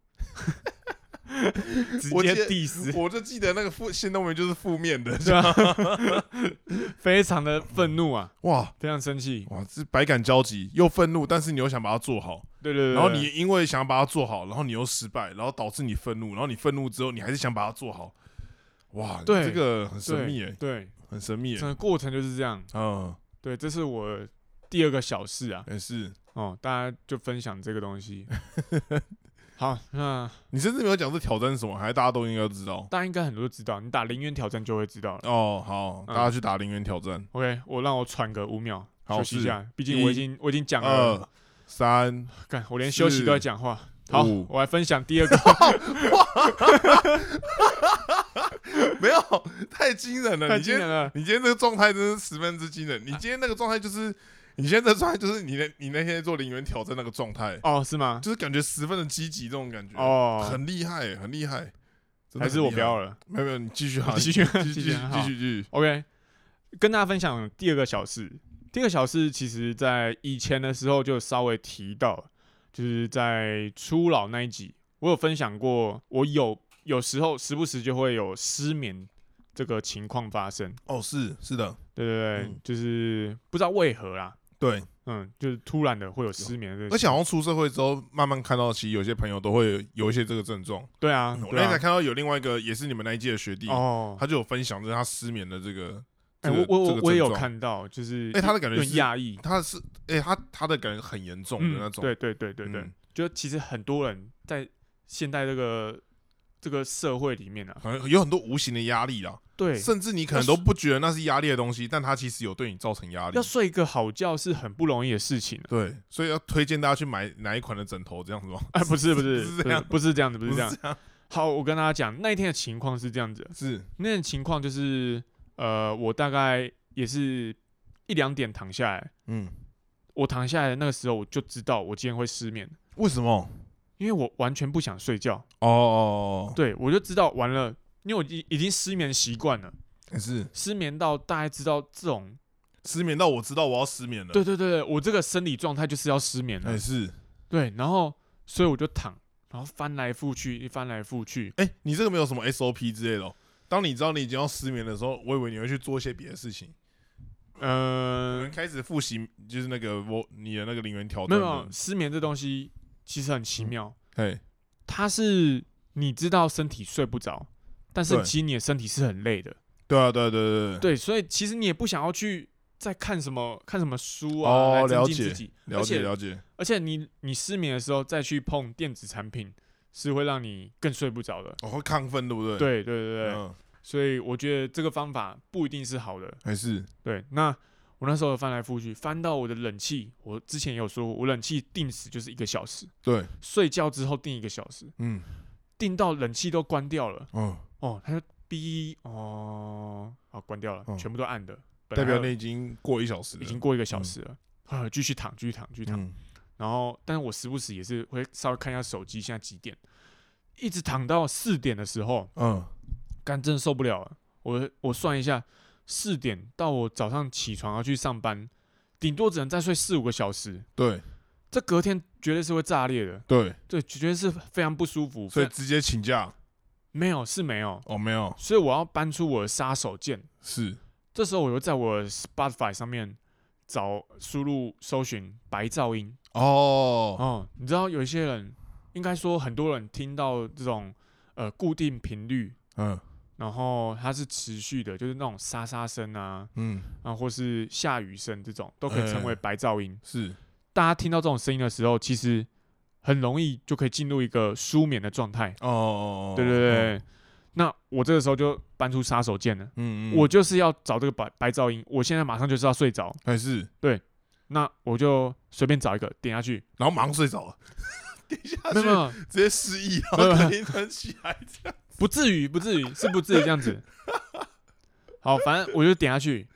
Speaker 2: 直
Speaker 1: 我
Speaker 2: 接
Speaker 1: 记得
Speaker 2: diss，
Speaker 1: 我就记得那个负现动文就是负面的，
Speaker 2: 对啊，非常的愤怒啊，
Speaker 1: 哇
Speaker 2: 非常生气，
Speaker 1: 哇，这百感交集，又愤怒，但是你又想把它做好，
Speaker 2: 对对对，
Speaker 1: 然后你
Speaker 2: 对
Speaker 1: 因为想把它做好，然后你又失败，然后导致你愤怒，然后你愤怒之后，你还是想把它做好，哇，
Speaker 2: 对
Speaker 1: 这个很神
Speaker 2: 对
Speaker 1: 秘哎，
Speaker 2: 对，
Speaker 1: 很神秘
Speaker 2: 整
Speaker 1: 哎，
Speaker 2: 个过程就是这样，
Speaker 1: 嗯，
Speaker 2: 对，这是我第二个小事啊，
Speaker 1: 也是，
Speaker 2: 哦，大家就分享这个东 西，好，那
Speaker 1: 你甚至没有讲这挑战是什么，还是大家都应该知道
Speaker 2: 大家应该很多都知道，你打零元挑战就会知道了。
Speaker 1: 哦。好，
Speaker 2: 嗯
Speaker 1: 大家去打零元挑战，
Speaker 2: OK，我让我喘个五秒，
Speaker 1: 好
Speaker 2: 休息一
Speaker 1: 是呃
Speaker 2: 下，毕竟我
Speaker 1: 一
Speaker 2: 已经我已经讲了
Speaker 1: 二，三，
Speaker 2: 干，我连休息都在
Speaker 1: 四
Speaker 2: 讲话。好
Speaker 1: 五，
Speaker 2: 我来分享第二个。
Speaker 1: 没有，太惊人了，
Speaker 2: 太
Speaker 1: 你今
Speaker 2: 惊
Speaker 1: 天
Speaker 2: 人了。
Speaker 1: 你今天这个状态真是十分之惊人。你今天那个状态就是，你现在这个状态就是你那你那天做零元挑战那个状态，
Speaker 2: 哦，是吗？
Speaker 1: 就是感觉十分的积极这种感觉，
Speaker 2: 哦，
Speaker 1: 很厉害，很厉害。真的
Speaker 2: 还是我不
Speaker 1: 很厉害？
Speaker 2: 要了。
Speaker 1: 没有没有，你继续哈，
Speaker 2: 继续啊
Speaker 1: 继续继
Speaker 2: 继
Speaker 1: 续
Speaker 2: 续
Speaker 1: 继续继续。
Speaker 2: OK，跟大家分享第二个小事。第二个小事，其实在以前的时候就稍微提到了，就是在初老那一集，我有分享过，我有有时候时不时就会有失眠这个情况发生。
Speaker 1: 哦，是是的，
Speaker 2: 对对对，
Speaker 1: 嗯
Speaker 2: 就是不知道为何啦，
Speaker 1: 对，
Speaker 2: 嗯，就是突然的会有失眠的这个情。
Speaker 1: 而且好像出社会之后，慢慢看到，其实有些朋友都会有一些这个症状。
Speaker 2: 对啊，
Speaker 1: 嗯我那
Speaker 2: 对
Speaker 1: 天才
Speaker 2: 啊。
Speaker 1: 看到有另外一个也是你们那一届的学弟，
Speaker 2: 哦，
Speaker 1: 他就有分享就是他失眠的这个，
Speaker 2: 哎、
Speaker 1: 这个
Speaker 2: 我我
Speaker 1: 这
Speaker 2: 我
Speaker 1: 个
Speaker 2: 我也有
Speaker 1: 症状
Speaker 2: 看到，就是
Speaker 1: 哎他的感觉
Speaker 2: 有
Speaker 1: 是
Speaker 2: 点压抑，
Speaker 1: 他是哎他他的感觉很严重的那种，
Speaker 2: 嗯对对对对对，
Speaker 1: 嗯
Speaker 2: 就其实很多人在现代这个这个社会里 面啊，
Speaker 1: 好像有很多无形的压力啦，
Speaker 2: 对，
Speaker 1: 甚至你可能都不觉得那是压力的东西，但它其实有对你造成压力
Speaker 2: 要。睡一个好觉是很不容易的事情、啊。
Speaker 1: 对，所以要推荐大家去买哪一款的枕头，这样子吗？
Speaker 2: 哎，不是不是
Speaker 1: 不
Speaker 2: 不
Speaker 1: 是这
Speaker 2: 是
Speaker 1: 样
Speaker 2: 不是这样子，不是
Speaker 1: 不是
Speaker 2: 这样。
Speaker 1: 这样，
Speaker 2: 好，我跟大家讲那一天的情况是这样子，
Speaker 1: 是
Speaker 2: 那天的情况就是呃，我大概也是一两点躺下来，
Speaker 1: 嗯，
Speaker 2: 我躺下来的那个时候我就知道我今天会失眠，
Speaker 1: 为什么？
Speaker 2: 因为我完全不想睡觉，
Speaker 1: 哦，
Speaker 2: 对我就知道完了，因为我已已经失眠习惯了，
Speaker 1: 对，是
Speaker 2: 失眠到大概知道这种。
Speaker 1: 失眠到我知道我要失眠了，
Speaker 2: 对，对对，对我这个生理状态就是要失眠了。
Speaker 1: 哎是，
Speaker 2: 对，然后所以我就躺，然后翻来覆去，翻来覆去。
Speaker 1: 哎，你这个没有什么 SOP 之类的哦。当你知道你已经要失眠的时候，我以为你会去做一些别的事情，可能
Speaker 2: 嗯、
Speaker 1: 开始复习，就是那个我你的那个零元挑
Speaker 2: 没
Speaker 1: 战
Speaker 2: 有
Speaker 1: 的。
Speaker 2: 没有，失眠这东西其实很奇妙，
Speaker 1: 哎，
Speaker 2: 它是你知道身体睡不着，但是
Speaker 1: 对
Speaker 2: 其实你的身体是很累的。
Speaker 1: 对啊，对啊对对对对，
Speaker 2: 对，所以其实你也不想要去再看什么看什么书啊，
Speaker 1: 哦
Speaker 2: 来增
Speaker 1: 了
Speaker 2: 进
Speaker 1: 解
Speaker 2: 自己。
Speaker 1: 了
Speaker 2: 而且
Speaker 1: 解了解，
Speaker 2: 而且你你失眠的时候再去碰电子产品，是会让你更睡不着的。
Speaker 1: 我哦会亢奋，对不对？
Speaker 2: 对对对对，
Speaker 1: 嗯，
Speaker 2: 所以我觉得这个方法不一定是好的。
Speaker 1: 还是
Speaker 2: 对，那我那时候翻来覆去，翻到我的冷气，我之前也有说过，我冷气定时就是一个小时，
Speaker 1: 对，
Speaker 2: 睡觉之后定一个小时，
Speaker 1: 嗯，
Speaker 2: 定到冷气都关掉了，
Speaker 1: 哦，
Speaker 2: 哦，它就哔，哦，好关掉了，
Speaker 1: 哦
Speaker 2: 全部都暗的，本
Speaker 1: 代
Speaker 2: 来
Speaker 1: 表
Speaker 2: 还
Speaker 1: 你
Speaker 2: 有
Speaker 1: 已经过一小时了，
Speaker 2: 已经过一个小时了，啊，继续躺，继续躺，继续躺，
Speaker 1: 嗯
Speaker 2: 然后，但是我时不时也是会稍微看一下手机现在几点，一直躺到四点的时候，
Speaker 1: 嗯，
Speaker 2: 干真的受不了了。我我算一下，四点到我早上起床要去上班，顶多只能再睡四五个小时，
Speaker 1: 对
Speaker 2: 这隔天绝对是会炸裂的，
Speaker 1: 对，
Speaker 2: 对，绝对是非常不舒服。
Speaker 1: 所以
Speaker 2: 非
Speaker 1: 直接请假
Speaker 2: 没有是没有，
Speaker 1: 哦，没有，
Speaker 2: 所以我要搬出我的杀手锏。
Speaker 1: 是
Speaker 2: 这时候我又在我的 Spotify 上面找输入搜寻白噪音，
Speaker 1: 哦，
Speaker 2: 哦，你知道有一些人，应该说很多人听到这种呃固定频率，
Speaker 1: 嗯
Speaker 2: 然后它是持续的，就是那种沙沙声啊，
Speaker 1: 嗯，
Speaker 2: 啊或是下雨声这种，都可以称为
Speaker 1: 哎
Speaker 2: 白噪音。
Speaker 1: 是
Speaker 2: 大家听到这种声音的时候，其实很容易就可以进入一个舒眠的状态。
Speaker 1: 哦哦，哦
Speaker 2: 对对，对，那我这个时候就搬出杀手锏了。
Speaker 1: 嗯嗯，
Speaker 2: 我就是要找这个白白噪音，我现在马上就是要睡着，
Speaker 1: 还是，
Speaker 2: 那我就随便找一个点下去，
Speaker 1: 然后马上睡着了， 跌下
Speaker 2: 没
Speaker 1: 去
Speaker 2: 有没有，
Speaker 1: 直接失忆，然
Speaker 2: 没有
Speaker 1: 后肯定能起来 这样，
Speaker 2: 不至于，不至于，是不至于这样 子。好，反正我就点下去，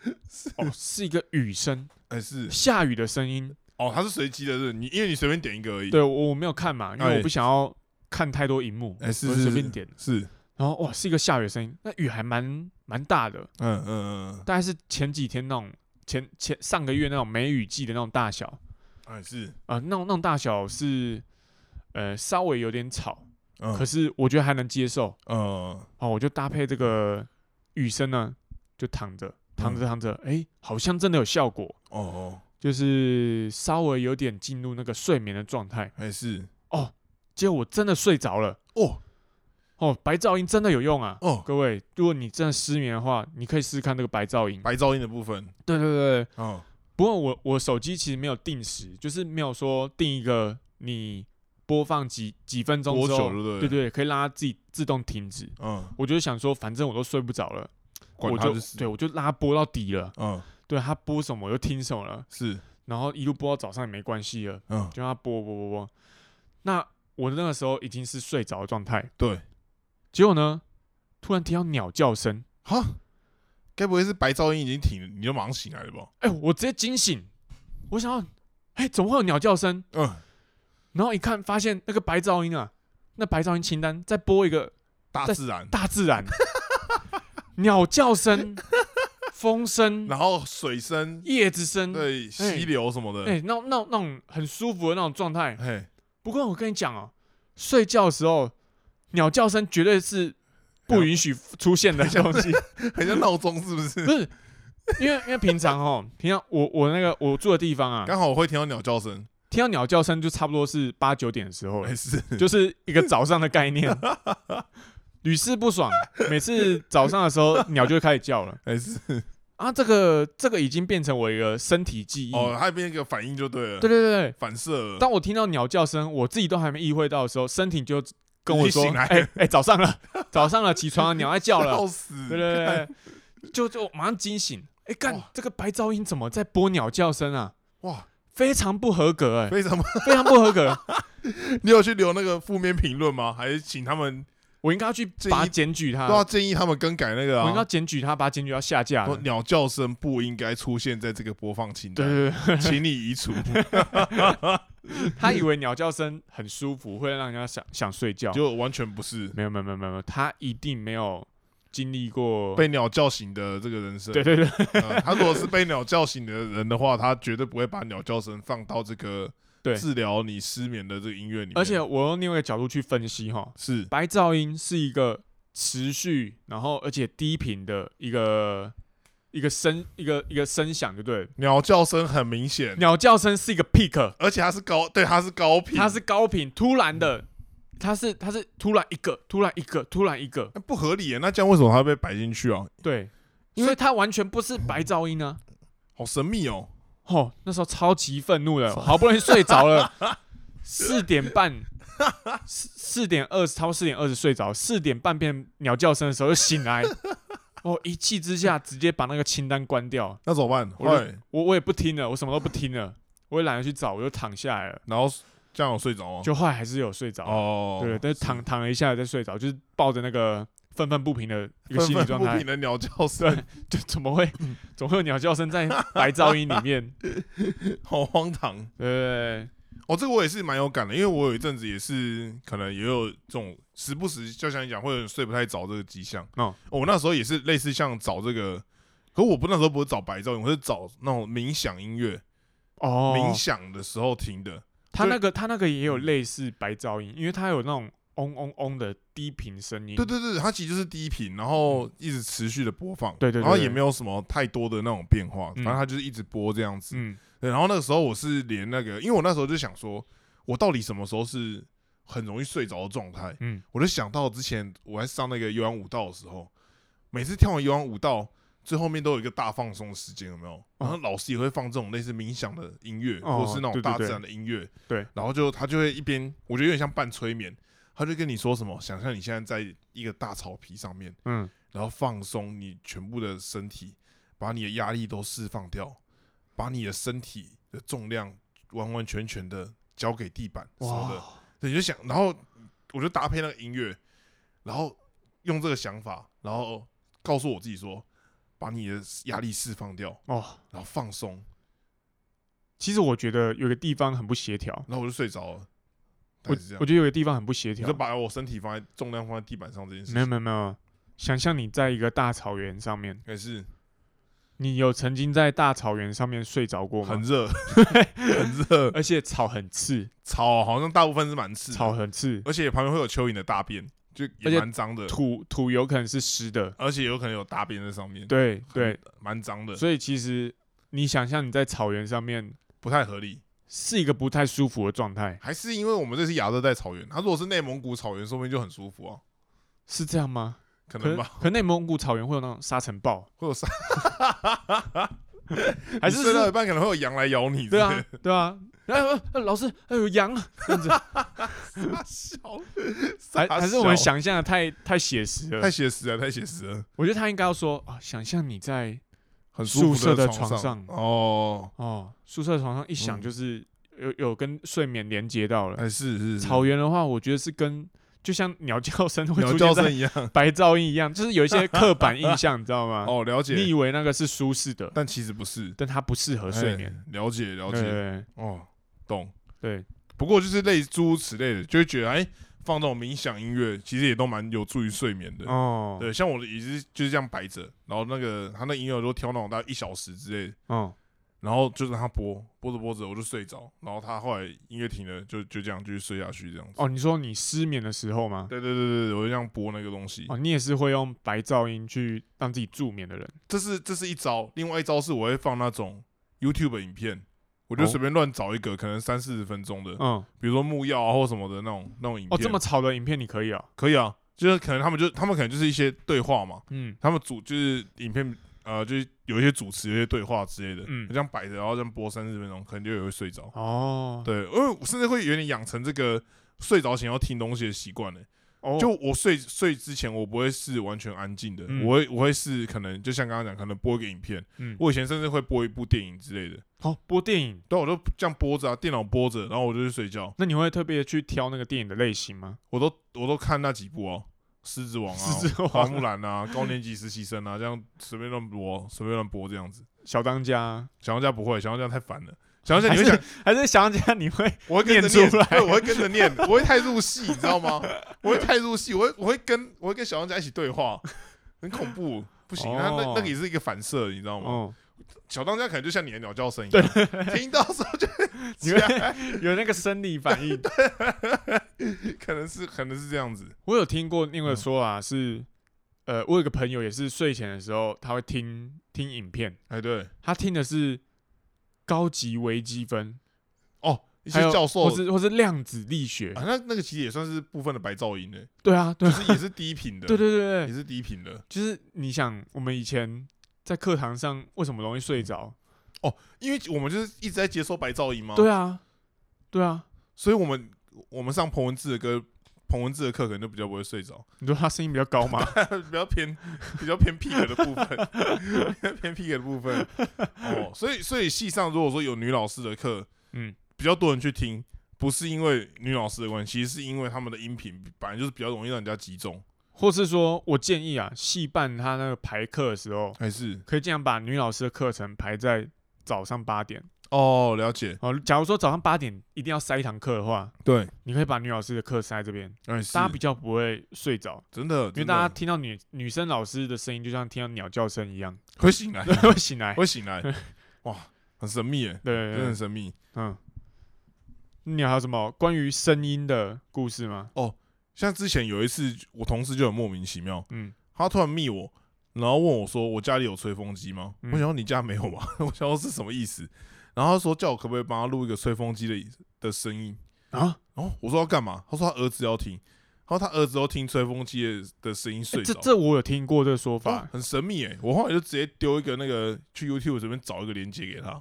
Speaker 2: 哦，是一个雨声，
Speaker 1: 还是
Speaker 2: 下雨的声音。
Speaker 1: 哦，它是随机的，是不是你因为你随便点一个而已，
Speaker 2: 对我我没有看嘛，因为我
Speaker 1: 哎
Speaker 2: 不想要看太多荧幕，
Speaker 1: 哎是
Speaker 2: 我就是随便点。
Speaker 1: 是，
Speaker 2: 然后哇，是一个下雨的声音，那雨还蛮蛮大的，
Speaker 1: 嗯嗯嗯嗯，
Speaker 2: 大概是前几天那种前前上个月那种梅雨季的那种大小
Speaker 1: 还是，
Speaker 2: 啊、呃那种那种大小是呃稍微有点吵，
Speaker 1: 嗯
Speaker 2: 可是我觉得还能接受。
Speaker 1: 嗯
Speaker 2: 哦，我就搭配这个雨声呢，就躺着躺着躺着，哎、好像真的有效果，
Speaker 1: 哦哦，
Speaker 2: 就是稍微有点进入那个睡眠的状态。哦
Speaker 1: 还是
Speaker 2: 结果我真的睡着了，
Speaker 1: 哦
Speaker 2: 哦，白噪音真的有用啊！
Speaker 1: 哦，
Speaker 2: 各位，如果你真的失眠的话，你可以试试看这个白噪音。
Speaker 1: 白噪音的部分，
Speaker 2: 对对对，对
Speaker 1: 哦
Speaker 2: 不过我我手机其实没有定时，就是没有说定一个你播放几几分钟
Speaker 1: 多
Speaker 2: 之
Speaker 1: 久
Speaker 2: 后，
Speaker 1: 了？对
Speaker 2: 对
Speaker 1: 不对，
Speaker 2: 对，可以让它自己自动停止。
Speaker 1: 嗯，
Speaker 2: 我就想说，反正我都睡不着了，
Speaker 1: 管
Speaker 2: 我
Speaker 1: 它
Speaker 2: 就
Speaker 1: 就是，
Speaker 2: 对我就拉它播到底了。
Speaker 1: 嗯
Speaker 2: 对他播什么我就听什么了，
Speaker 1: 是，
Speaker 2: 然后一路播到早上也没关系了，
Speaker 1: 嗯
Speaker 2: 就让他播播播播。那我那个时候已经是睡着的状态，
Speaker 1: 对，
Speaker 2: 结果呢，突然听到鸟叫声，
Speaker 1: 哈，该不会是白噪音已经停了，你就马上醒来了吧？
Speaker 2: 哎、我直接惊醒，我想要，哎、怎么会有鸟叫声？
Speaker 1: 嗯，
Speaker 2: 然后一看，发现那个白噪音啊，那白噪音清单再播一个
Speaker 1: 大
Speaker 2: 在
Speaker 1: 自然，
Speaker 2: 大自然， 鸟叫声、风声、
Speaker 1: 然后水声，
Speaker 2: 叶子声，
Speaker 1: 对，
Speaker 2: 哎
Speaker 1: 溪流什么
Speaker 2: 哎、
Speaker 1: 的，
Speaker 2: 那那那种很舒服的那种状态，
Speaker 1: 嘿，
Speaker 2: 不过我跟你讲哦，睡觉的时候鸟叫声绝对是不允许出现的东 西，
Speaker 1: 很像闹钟是不 是？
Speaker 2: 不是因为因为平常哦，平常我我那个我住的地方啊，
Speaker 1: 刚好我会听到鸟叫声，
Speaker 2: 听到鸟叫声就差不多是八九点的时候了
Speaker 1: 没，事，
Speaker 2: 就是一个早上的概念。 屡试不爽，每次早上的时候鸟就会开始叫了
Speaker 1: 没事。
Speaker 2: 啊！这个这个已经变成我一个身体记忆。
Speaker 1: 哦，它变一个反应就对了，
Speaker 2: 对对对对，
Speaker 1: 反射了。
Speaker 2: 当我听到鸟叫声，我自己都还没意会到的时候，身体就跟我
Speaker 1: 已经
Speaker 2: 说：“
Speaker 1: 醒
Speaker 2: 哎
Speaker 1: 来哦
Speaker 2: 哎、早上 了，早上了，起床了，鸟在叫了。
Speaker 1: 笑死！
Speaker 2: 对”对对对，就就马上惊醒。哎、干
Speaker 1: 哇，
Speaker 2: 这个白噪音怎么在播鸟叫声啊？
Speaker 1: 哇，
Speaker 2: 非常不合格、哎，
Speaker 1: 为什么？
Speaker 2: 非常不合格。
Speaker 1: 你有去留那个负面评论吗？还是请他们
Speaker 2: 我应该要去
Speaker 1: 这一啊
Speaker 2: 把它检举他，
Speaker 1: 都要建议他们更改那个
Speaker 2: 啊我应该要
Speaker 1: 啊？
Speaker 2: 检举他，把它检举要下架
Speaker 1: 说
Speaker 2: 了。
Speaker 1: 鸟叫声不应该出现在这个播放清
Speaker 2: 对
Speaker 1: 单，
Speaker 2: 对对，
Speaker 1: 请你移除。
Speaker 2: 对 他以为鸟叫声很舒服，会让人家想想睡觉。
Speaker 1: 就完全不是
Speaker 2: 没有没有没有没有没有，他一定没有经历过。
Speaker 1: 被鸟叫醒的这个人生。
Speaker 2: 对 对对，
Speaker 1: 呃他如果是被鸟叫醒的人的话，他绝对不会把鸟叫声放到这个
Speaker 2: 对
Speaker 1: 治疗你失眠的这个音乐里面。
Speaker 2: 而且我用另外一个角度去分析哈，
Speaker 1: 是
Speaker 2: 白噪音是一个持续，然后而且低频的一个一个声一个一个声响，对不对了？
Speaker 1: 鸟叫声很明显，
Speaker 2: 鸟叫声是一个 peak，
Speaker 1: 而且它是高，对，它是高频，
Speaker 2: 它是高频，突然的，它是它是突然一个，突然一个，突然一个，
Speaker 1: 那不合理耶。那这样为什么它会被摆进去啊？
Speaker 2: 对，
Speaker 1: 因为
Speaker 2: 因为它完全不是白噪音啊。
Speaker 1: 好神秘哦。
Speaker 2: 哦，那时候超级愤怒的，好不容易睡着了，四点半，四四点二十，超过四点二十睡着，四点半变鸟叫声的时候就醒来，哦，一气之下直接把那个清单关掉，
Speaker 1: 那怎么办？
Speaker 2: 我
Speaker 1: 后来，
Speaker 2: 我我也不听了，我什么都不听了，我也懒得去找，我就躺下来了。
Speaker 1: 然后这样有睡着吗？
Speaker 2: 就后来还是有睡着，
Speaker 1: 哦，
Speaker 2: 对，但是躺躺了一下再睡着，就是抱着那个愤愤不平的一个
Speaker 1: 愤
Speaker 2: 心理
Speaker 1: 愤
Speaker 2: 状
Speaker 1: 不
Speaker 2: 态
Speaker 1: 平，的嗯鸟叫
Speaker 2: 对
Speaker 1: 声，，
Speaker 2: 就怎么会怎么会有鸟叫声在白噪音里面？
Speaker 1: 好荒唐。
Speaker 2: 对，
Speaker 1: 哦，这个我也是蛮有感的，因为我有一阵子也是可能也有这种时不时，就像你讲，会有人睡不太着这个迹象。
Speaker 2: 哦
Speaker 1: 我那时候也是类似像找这个，可我不那时候不是找白噪音，我是找那种冥想音乐，
Speaker 2: 哦，
Speaker 1: 冥想的时候听的。
Speaker 2: 他
Speaker 1: 就
Speaker 2: 那个他那个也
Speaker 1: 嗯
Speaker 2: 有类似白噪音，因为它有那种嗡嗡嗡的低频声音。
Speaker 1: 对对对，它其实就是低频，然后一直持续的播放，
Speaker 2: 嗯对对对
Speaker 1: 然后
Speaker 2: 对
Speaker 1: 也没有什么太多的那种变化，
Speaker 2: 嗯
Speaker 1: 反正它就是一直播这样子。
Speaker 2: 嗯，
Speaker 1: 对，然后那个时候我是连那个，因为我那时候就想说，我到底什么时候是很容易睡着的状态？
Speaker 2: 嗯，
Speaker 1: 我就想到之前我在上那个有氧舞蹈的时候，每次跳完有氧舞蹈最后面都有一个大放松的时间，有没有？然后老师也会放这种类似冥想的音乐，
Speaker 2: 哦
Speaker 1: 或者是那种
Speaker 2: 对对
Speaker 1: 大
Speaker 2: 对
Speaker 1: 自然的音乐。
Speaker 2: 对
Speaker 1: 然后就他就会一边，我觉得有点像半催眠，他就跟你说什么，想象你现在在一个大草皮上面，
Speaker 2: 嗯，
Speaker 1: 然后放松你全部的身体，把你的压力都释放掉，把你的身体的重量完完全全的交给地板什么的。
Speaker 2: 哇，
Speaker 1: 对，你就想，然后我就搭配那个音乐，然后用这个想法，然后告诉我自己说，把你的压力释放掉，
Speaker 2: 哦，
Speaker 1: 然后放松，
Speaker 2: 其实我觉得有个地方很不协调，
Speaker 1: 然后我就睡着了。大
Speaker 2: 我
Speaker 1: 概是这
Speaker 2: 我
Speaker 1: 样，
Speaker 2: 觉得有个地方很不协
Speaker 1: 你
Speaker 2: 调
Speaker 1: 就。把我身体放在重量放在地板上这件事
Speaker 2: 没有
Speaker 1: 情，
Speaker 2: 没有没有，想象你在一个大草原上面，
Speaker 1: 也是
Speaker 2: 你有曾经在大草原上面睡着过
Speaker 1: 很
Speaker 2: 吗？
Speaker 1: 热， 很热，
Speaker 2: 而且草很刺，
Speaker 1: 草好像大部分是蛮刺的，
Speaker 2: 草很刺，
Speaker 1: 而且旁边会有蚯蚓的大便，就
Speaker 2: 而
Speaker 1: 也
Speaker 2: 且
Speaker 1: 蛮脏的，
Speaker 2: 土土有可能是湿的，
Speaker 1: 而且有可能有大便在上面，
Speaker 2: 对
Speaker 1: 很，
Speaker 2: 对，
Speaker 1: 蛮脏的，
Speaker 2: 所以其实你想象你在草原上面
Speaker 1: 不太合理。
Speaker 2: 是一个不太舒服的状态，
Speaker 1: 还是因为我们这是亚热带草原，它如果是内蒙古草原，说不定就很舒服啊，
Speaker 2: 是这样吗？
Speaker 1: 可
Speaker 2: 可
Speaker 1: 能吧，
Speaker 2: 可内蒙古草原会有那种沙尘 暴，
Speaker 1: 会有沙，
Speaker 2: 还
Speaker 1: 你
Speaker 2: 是
Speaker 1: 睡到一
Speaker 2: 是
Speaker 1: 半可能会有羊来咬你，
Speaker 2: 对啊，对啊。哎、呃呃老师，哎有羊，这样子，
Speaker 1: 之类的，笑，
Speaker 2: 还
Speaker 1: 傻
Speaker 2: 还是我们
Speaker 1: 笑
Speaker 2: 想象的太太写实了
Speaker 1: 太。写实了，太写实了，
Speaker 2: 我觉得他应该要说啊，想象你在
Speaker 1: 很
Speaker 2: 宿
Speaker 1: 舒服
Speaker 2: 舍的
Speaker 1: 床
Speaker 2: 床上
Speaker 1: 哦，
Speaker 2: 哦宿舍床上一想
Speaker 1: 嗯
Speaker 2: 就是有有跟睡眠连接到了。
Speaker 1: 哎是是是
Speaker 2: 草原的话，我觉得是跟就像鸟叫声会
Speaker 1: 鸟
Speaker 2: 出
Speaker 1: 叫
Speaker 2: 现
Speaker 1: 声
Speaker 2: 在
Speaker 1: 一样，
Speaker 2: 白噪音一样，就是有一些刻板印象，你知道吗？
Speaker 1: 哦了
Speaker 2: 你
Speaker 1: 解，
Speaker 2: 以为那个是舒适的，
Speaker 1: 但其实不是，
Speaker 2: 但它不适合睡眠。
Speaker 1: 哎了解了
Speaker 2: 对
Speaker 1: 解，
Speaker 2: 对
Speaker 1: 哦，懂。
Speaker 2: 对，
Speaker 1: 不过就是类诸如此类的，就会觉得哎，放这种冥想音乐其实也都蛮有助于睡眠的。
Speaker 2: 对哦，
Speaker 1: 对，像我也是就是这样摆着，然后那个他那音乐都挑那种大概一小时之类的，
Speaker 2: 哦，
Speaker 1: 然后就让他播，播着播着我就睡着，然后他后来音乐停了，就就这样继续睡下去这样子。
Speaker 2: 哦，你说你失眠的时候吗？
Speaker 1: 对对对对对，我就这样播那个东西，
Speaker 2: 哦，你也是会用白噪音去让自己助眠的人。
Speaker 1: 这是这是一招，另外一招是我会放那种 YouTube 影片，我就
Speaker 2: 哦
Speaker 1: 随便乱找一个，可能三四十分钟的，
Speaker 2: 嗯，
Speaker 1: 比如说木曜啊或什么的那种那种影
Speaker 2: 哦，
Speaker 1: 片，
Speaker 2: 这么吵的影片你可以啊。
Speaker 1: 可以啊，就是可能他们就他们可能就是一些对话嘛，
Speaker 2: 嗯，
Speaker 1: 他们主就是影片呃，就是有一些主持、有一些对话之类的，
Speaker 2: 嗯
Speaker 1: 这样摆着，然后这样播三十分钟，可能就也会睡着。
Speaker 2: 哦，
Speaker 1: 对，因为我甚至会有点养成这个睡着前要听东西的习惯呢。
Speaker 2: 哦，
Speaker 1: 就我睡睡之前，我不会是完全安静的，
Speaker 2: 嗯
Speaker 1: 我会我会是可能就像刚刚讲，可能播一个影片，
Speaker 2: 嗯
Speaker 1: 我以前甚至会播一部电影之类的，
Speaker 2: 好哦播电影，
Speaker 1: 对啊，我就这样播着啊，电脑播着，然后我就去睡觉，
Speaker 2: 那你会特别去挑那个电影的类型吗？
Speaker 1: 我都我都看那几部哦、狮子王啊，
Speaker 2: 狮子王
Speaker 1: 花木兰啊，高年级实习生啊，这样随便乱播，随便乱播这样子。
Speaker 2: 小当家，
Speaker 1: 小当家不会，小当家太烦了。小当家你会想，
Speaker 2: 还是小当家你会
Speaker 1: 我会跟着
Speaker 2: 念出来
Speaker 1: 对，我会跟着念，我会太入戏，你知道吗？我会太入戏，我会我会跟我会跟小当家一起对话，很恐怖，不行，那那
Speaker 2: 哦
Speaker 1: 那个也是一个反射，你知道吗？
Speaker 2: 哦，
Speaker 1: 小当家可能就像你的鸟叫声一 样，听到的时候就
Speaker 2: 你 会有那个生理反应。
Speaker 1: 可能是可能是这样子，
Speaker 2: 我有听过另外说法是，呃，我有个朋友也是睡前的时候，他会听听影片，
Speaker 1: 哎，对，
Speaker 2: 他听的是高级微积分，
Speaker 1: 哦，一些
Speaker 2: 还有
Speaker 1: 教授
Speaker 2: 或是或是量子力学
Speaker 1: 啊，。那那个其实也算是部分的白噪音呢，
Speaker 2: 对啊，对
Speaker 1: 就
Speaker 2: 啊，
Speaker 1: 是也是低频的，
Speaker 2: 对对对
Speaker 1: 也
Speaker 2: 对，
Speaker 1: 是低频的，
Speaker 2: 就是你想，我们以前在课堂上为什么容易睡着？
Speaker 1: 因为我们就是一直在嗯接收白噪音嘛，
Speaker 2: 对啊，对啊，
Speaker 1: 所以我们我们上彭文志的歌彭文志的课可能就比较不会睡着，
Speaker 2: 你说他声音比较高 嘛？
Speaker 1: 比较偏比较偏屁 i 的部分， 比较偏屁 i 的部分。哦，所以所以系上如果说有女老师的课，
Speaker 2: 嗯，
Speaker 1: 比较多人去听，不是因为女老师的关系，是因为他们的音频本来就是比较容易让人家集中，
Speaker 2: 或是说我建议啊，戏办他那个排课的时候，
Speaker 1: 还是
Speaker 2: 可以尽量把女老师的课程排在早上八点。
Speaker 1: 哦了解，
Speaker 2: 哦，假如说早上八点一定要塞一堂课的话，
Speaker 1: 对，
Speaker 2: 你可以把女老师的课塞在这边，
Speaker 1: 哎是
Speaker 2: 大家比较不会睡着，
Speaker 1: 真的，
Speaker 2: 因为
Speaker 1: 真
Speaker 2: 大家
Speaker 1: 的
Speaker 2: 听到女女生老师的声音，就像听到鸟叫声一 样，
Speaker 1: 会 醒来，
Speaker 2: 会醒来。
Speaker 1: 会 醒来，哇，很神秘哎，
Speaker 2: 对对
Speaker 1: 真
Speaker 2: 对
Speaker 1: 的很神秘。
Speaker 2: 嗯，你还有什么关于声音的故事吗？
Speaker 1: 像之前有一次，我同事就很莫名其妙，
Speaker 2: 嗯，
Speaker 1: 他突然密我，然后问我说：“我家里有吹风机吗？”
Speaker 2: 嗯
Speaker 1: 我想说你家没有吗？ 我想说是什么意思？然后他说叫我可不可以帮他录一个吹风机的的声音？
Speaker 2: 啊，
Speaker 1: 然后我说要干嘛？他说他儿子要听，他说他儿子要听吹风机的的声
Speaker 2: 欸
Speaker 1: 音睡
Speaker 2: 这
Speaker 1: 着、
Speaker 2: 这我有听过这个说
Speaker 1: 哦
Speaker 2: 法，
Speaker 1: 很神秘哎、我后来就直接丢一个那个去 YouTube 这边找一个链接给他，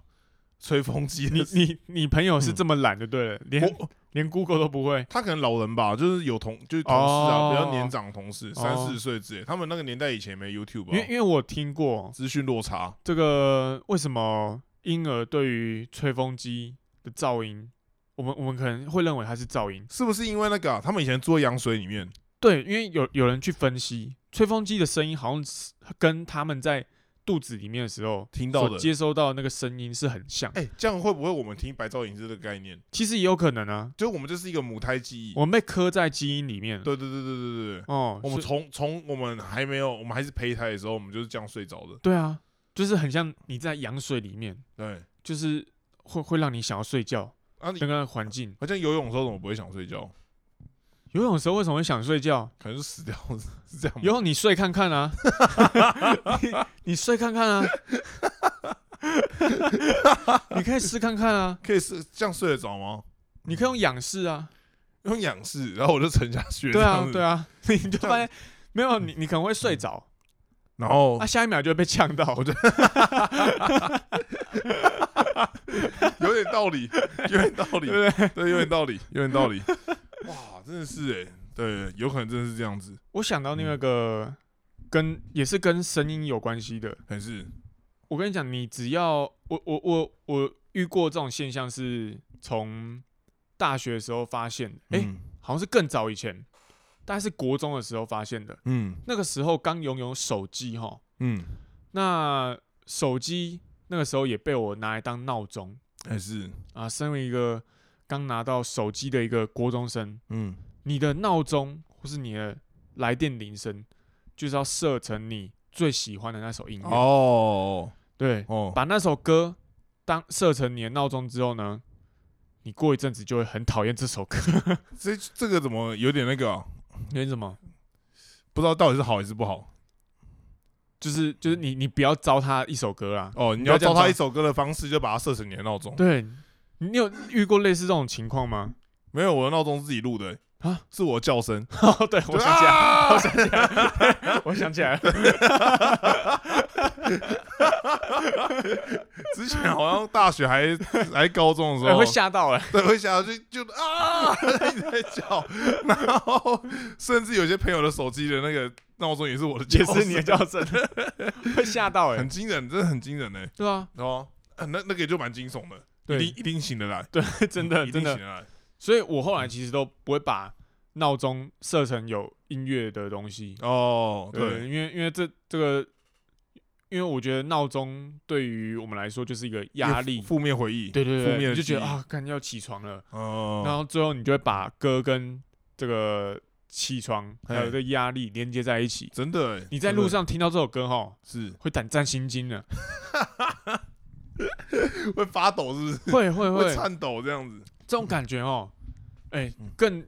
Speaker 1: 吹风机的
Speaker 2: 你你你朋友是
Speaker 1: 嗯
Speaker 2: 这么懒就对了，连
Speaker 1: 我
Speaker 2: 连 Google 都不会。
Speaker 1: 他可能老人吧，就是有同就是同事啊，
Speaker 2: 哦
Speaker 1: 比较年长的同事，三
Speaker 2: 哦
Speaker 1: 四十岁之类，他们那个年代以前没 YouTube，
Speaker 2: 因为因为
Speaker 1: 啊
Speaker 2: 我听过
Speaker 1: 资讯落差。
Speaker 2: 这个，为什么婴儿对于吹风机的噪音，我们我们可能会认为它是噪音。
Speaker 1: 是不是因为那个啊、他们以前住在羊水里面？
Speaker 2: 对，因为有有人去分析，吹风机的声音好像是跟他们在肚子里面的时候
Speaker 1: 听到的
Speaker 2: 所接收到的那个声音是很像。
Speaker 1: 哎、这样会不会我们听白噪音是这个概念？
Speaker 2: 其实也有可能啊，
Speaker 1: 就我们就是一个母胎记忆。
Speaker 2: 我们被刻在基因里面。
Speaker 1: 对对对对对对对，
Speaker 2: 哦，
Speaker 1: 我们
Speaker 2: 是
Speaker 1: 从从我们还没有，我们还是胚胎的时候，我们就是这样睡着的。
Speaker 2: 对啊，就是很像你在羊水里面，
Speaker 1: 对，
Speaker 2: 就是会会让你想要睡觉
Speaker 1: 啊你
Speaker 2: 那个环境。
Speaker 1: 好像游泳的时候怎么不会想睡觉？
Speaker 2: 游泳的时候为什么会想睡觉？
Speaker 1: 可能是死掉了，是这样吗？
Speaker 2: 游泳你睡看看啊， 你你睡看看啊， 你可以试看看啊，
Speaker 1: 可以是这样睡得着吗？
Speaker 2: 你可以用仰视啊，
Speaker 1: 用仰视，然后我就沉下去。
Speaker 2: 对
Speaker 1: 这样
Speaker 2: 啊
Speaker 1: 子
Speaker 2: 对。啊，你就发现没有你你可能会睡着，
Speaker 1: 然后
Speaker 2: 啊下一秒就会被呛到，
Speaker 1: 嗯哦我有点道理，有点道 理，
Speaker 2: 对
Speaker 1: 对对，有点道理，有点道 理。哇，真的是哎、对，有可能真的是这样子，
Speaker 2: 我想到那
Speaker 1: 嗯
Speaker 2: 个跟也是跟声音有关系的，
Speaker 1: 还是
Speaker 2: 我跟你讲，你只要我我我我遇过这种现象，是从大学的时候发现的，诶、
Speaker 1: 嗯
Speaker 2: 好像是更早以前，大概是国中的时候发现的。
Speaker 1: 嗯
Speaker 2: 那个时候刚拥有手机哈，
Speaker 1: 嗯，
Speaker 2: 那手机那个时候也被我拿来当闹钟
Speaker 1: 还是
Speaker 2: 啊。身为一个刚拿到手机的一个国中生，
Speaker 1: 嗯
Speaker 2: 你的闹钟或是你的来电铃声，就是要设成你最喜欢的那首音乐。
Speaker 1: 哦
Speaker 2: 对，
Speaker 1: 哦，
Speaker 2: 把那首歌当设成你的闹钟之后呢，你过一阵子就会很讨厌这首歌。
Speaker 1: 这这个怎么有点那个、啊，
Speaker 2: 因为什么？
Speaker 1: 不知道到底是好还是不好
Speaker 2: 就是就是你你不要糟蹋一首歌啦。
Speaker 1: 哦。你
Speaker 2: 不要
Speaker 1: 要
Speaker 2: 这样
Speaker 1: 教他
Speaker 2: 做
Speaker 1: 一首歌的方式，就把它设成你的闹钟。
Speaker 2: 对，你有遇过类似这种情况吗？
Speaker 1: 没有，我的闹钟是自己录的、欸、
Speaker 2: 啊，
Speaker 1: 是我的叫声。
Speaker 2: 哦，对， 我
Speaker 1: 对
Speaker 2: 想起来，
Speaker 1: 啊
Speaker 2: 我想起来，我想起来了。
Speaker 1: 之前好像大学还还高中的时
Speaker 2: 哎
Speaker 1: 候，
Speaker 2: 会吓到哎、
Speaker 1: 对，会吓到就就啊 一直在叫，然后甚至有些朋友的手机的那个闹钟也是我的叫
Speaker 2: 也
Speaker 1: 声，
Speaker 2: 是你的叫声， 会吓到哎、
Speaker 1: 很惊人，真的很惊人呢、欸。
Speaker 2: 对啊，
Speaker 1: 哦，啊那那个也就蛮惊悚的，一
Speaker 2: 对
Speaker 1: 定一定醒得来，
Speaker 2: 对，真的
Speaker 1: 一
Speaker 2: 真
Speaker 1: 定
Speaker 2: 的
Speaker 1: 醒。得来。
Speaker 2: 所以我后来其实都不会把闹钟设成有音乐的东西。
Speaker 1: 哦，
Speaker 2: 对，
Speaker 1: 对，
Speaker 2: 因为因为这这个，因为我觉得闹钟对于我们来说就是一个压力，
Speaker 1: 负面回忆，
Speaker 2: 对对
Speaker 1: 负
Speaker 2: 对，
Speaker 1: 面的
Speaker 2: 你就觉
Speaker 1: 记
Speaker 2: 得
Speaker 1: 忆
Speaker 2: 啊，看要起床了，然
Speaker 1: 哦，
Speaker 2: 后最后你就会把歌跟这个起床还有
Speaker 1: 嘿
Speaker 2: 这压力连接在一起。
Speaker 1: 真的欸，
Speaker 2: 你在
Speaker 1: 真的
Speaker 2: 路上听到这首歌哈，
Speaker 1: 是
Speaker 2: 会胆战心惊 的，
Speaker 1: 会发抖，是不是？
Speaker 2: 会会会
Speaker 1: 会，颤抖这样子。
Speaker 2: 这种感觉哦，哎
Speaker 1: 嗯，
Speaker 2: 更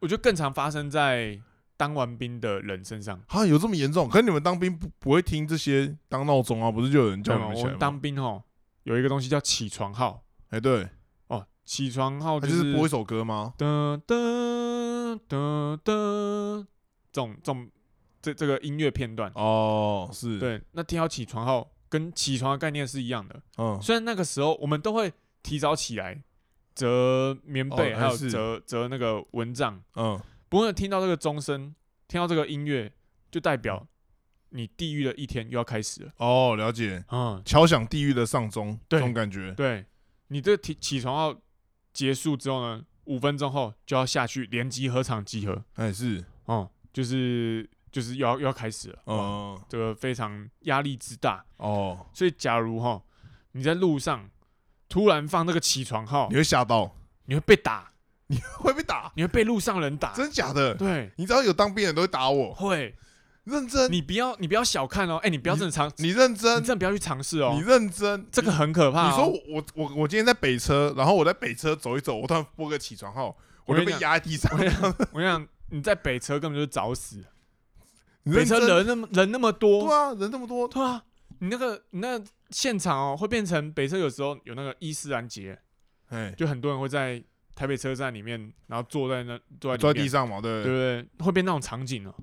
Speaker 2: 我觉得更常发生在当完兵的人身上。
Speaker 1: 啊，有这么严重？可是你们当兵不不会听这些当闹钟啊？不是就有人叫
Speaker 2: 对
Speaker 1: 你
Speaker 2: 吗？
Speaker 1: 们
Speaker 2: 我
Speaker 1: 起来
Speaker 2: 们
Speaker 1: 吗？
Speaker 2: 当兵哦，有一个东西叫起床号
Speaker 1: 哎，对，
Speaker 2: 哦，起床号
Speaker 1: 他
Speaker 2: 就
Speaker 1: 就是播一首歌吗？
Speaker 2: 噔噔噔噔，这种这种这这个音乐片段，
Speaker 1: 哦，是，，
Speaker 2: 对，那听到起床号跟起床的概念是一样的。
Speaker 1: 嗯，
Speaker 2: 虽然那个时候我们都会提早起来折棉被，
Speaker 1: 哦
Speaker 2: 还有
Speaker 1: 还是
Speaker 2: 折折那个蚊帐，
Speaker 1: 嗯，
Speaker 2: 不过听到这个钟声，听到这个音乐，就代
Speaker 1: 嗯
Speaker 2: 表你地狱的一天又要开始了。
Speaker 1: 哦，了解，
Speaker 2: 嗯，
Speaker 1: 敲响地狱的丧钟，
Speaker 2: 对
Speaker 1: 这种感觉。
Speaker 2: 对，你这起起床要结束之后呢，五分钟后就要下去联机合场集合，
Speaker 1: 哎，是，
Speaker 2: 哦、就是就是又要又要开始了，哦，
Speaker 1: 呃，
Speaker 2: 这个非常压力之大。
Speaker 1: 哦，
Speaker 2: 所以假如哈你在路上突然放那个起床号
Speaker 1: 你，会吓到，
Speaker 2: 你会被打，
Speaker 1: 会被打，
Speaker 2: 你会被路上人打，
Speaker 1: 真哦假的？
Speaker 2: 对，
Speaker 1: 你知道有当兵的人都会打我，
Speaker 2: 会，
Speaker 1: 认真，
Speaker 2: 你不要你不要小看哦，哎、你不要
Speaker 1: 你
Speaker 2: 正常，你
Speaker 1: 你认真
Speaker 2: 真，的不要去尝试哦
Speaker 1: 你，认真，
Speaker 2: 这个很可怕、哦。
Speaker 1: 你说我我我我今天在北车，然后我在北车走一走，我突然拨个起床号，
Speaker 2: 我
Speaker 1: 我
Speaker 2: 跟
Speaker 1: 就
Speaker 2: 你
Speaker 1: 被
Speaker 2: 讲
Speaker 1: 压在地上
Speaker 2: 我。跟你讲，我跟你讲，你在北车根本就是找死。
Speaker 1: 你
Speaker 2: 北
Speaker 1: 认
Speaker 2: 车
Speaker 1: 真，
Speaker 2: 人那么人那么多，
Speaker 1: 对啊，人这么多，
Speaker 2: 对啊，你那个你那个现场哦，会变成北车有时候有那个伊斯兰节，
Speaker 1: 哎，
Speaker 2: 就很多人会在台北车站里面，然后坐在那坐在里
Speaker 1: 坐在
Speaker 2: 面
Speaker 1: 地上嗯嘛，对不
Speaker 2: 对
Speaker 1: 对？
Speaker 2: 不对？会变那种场景哦，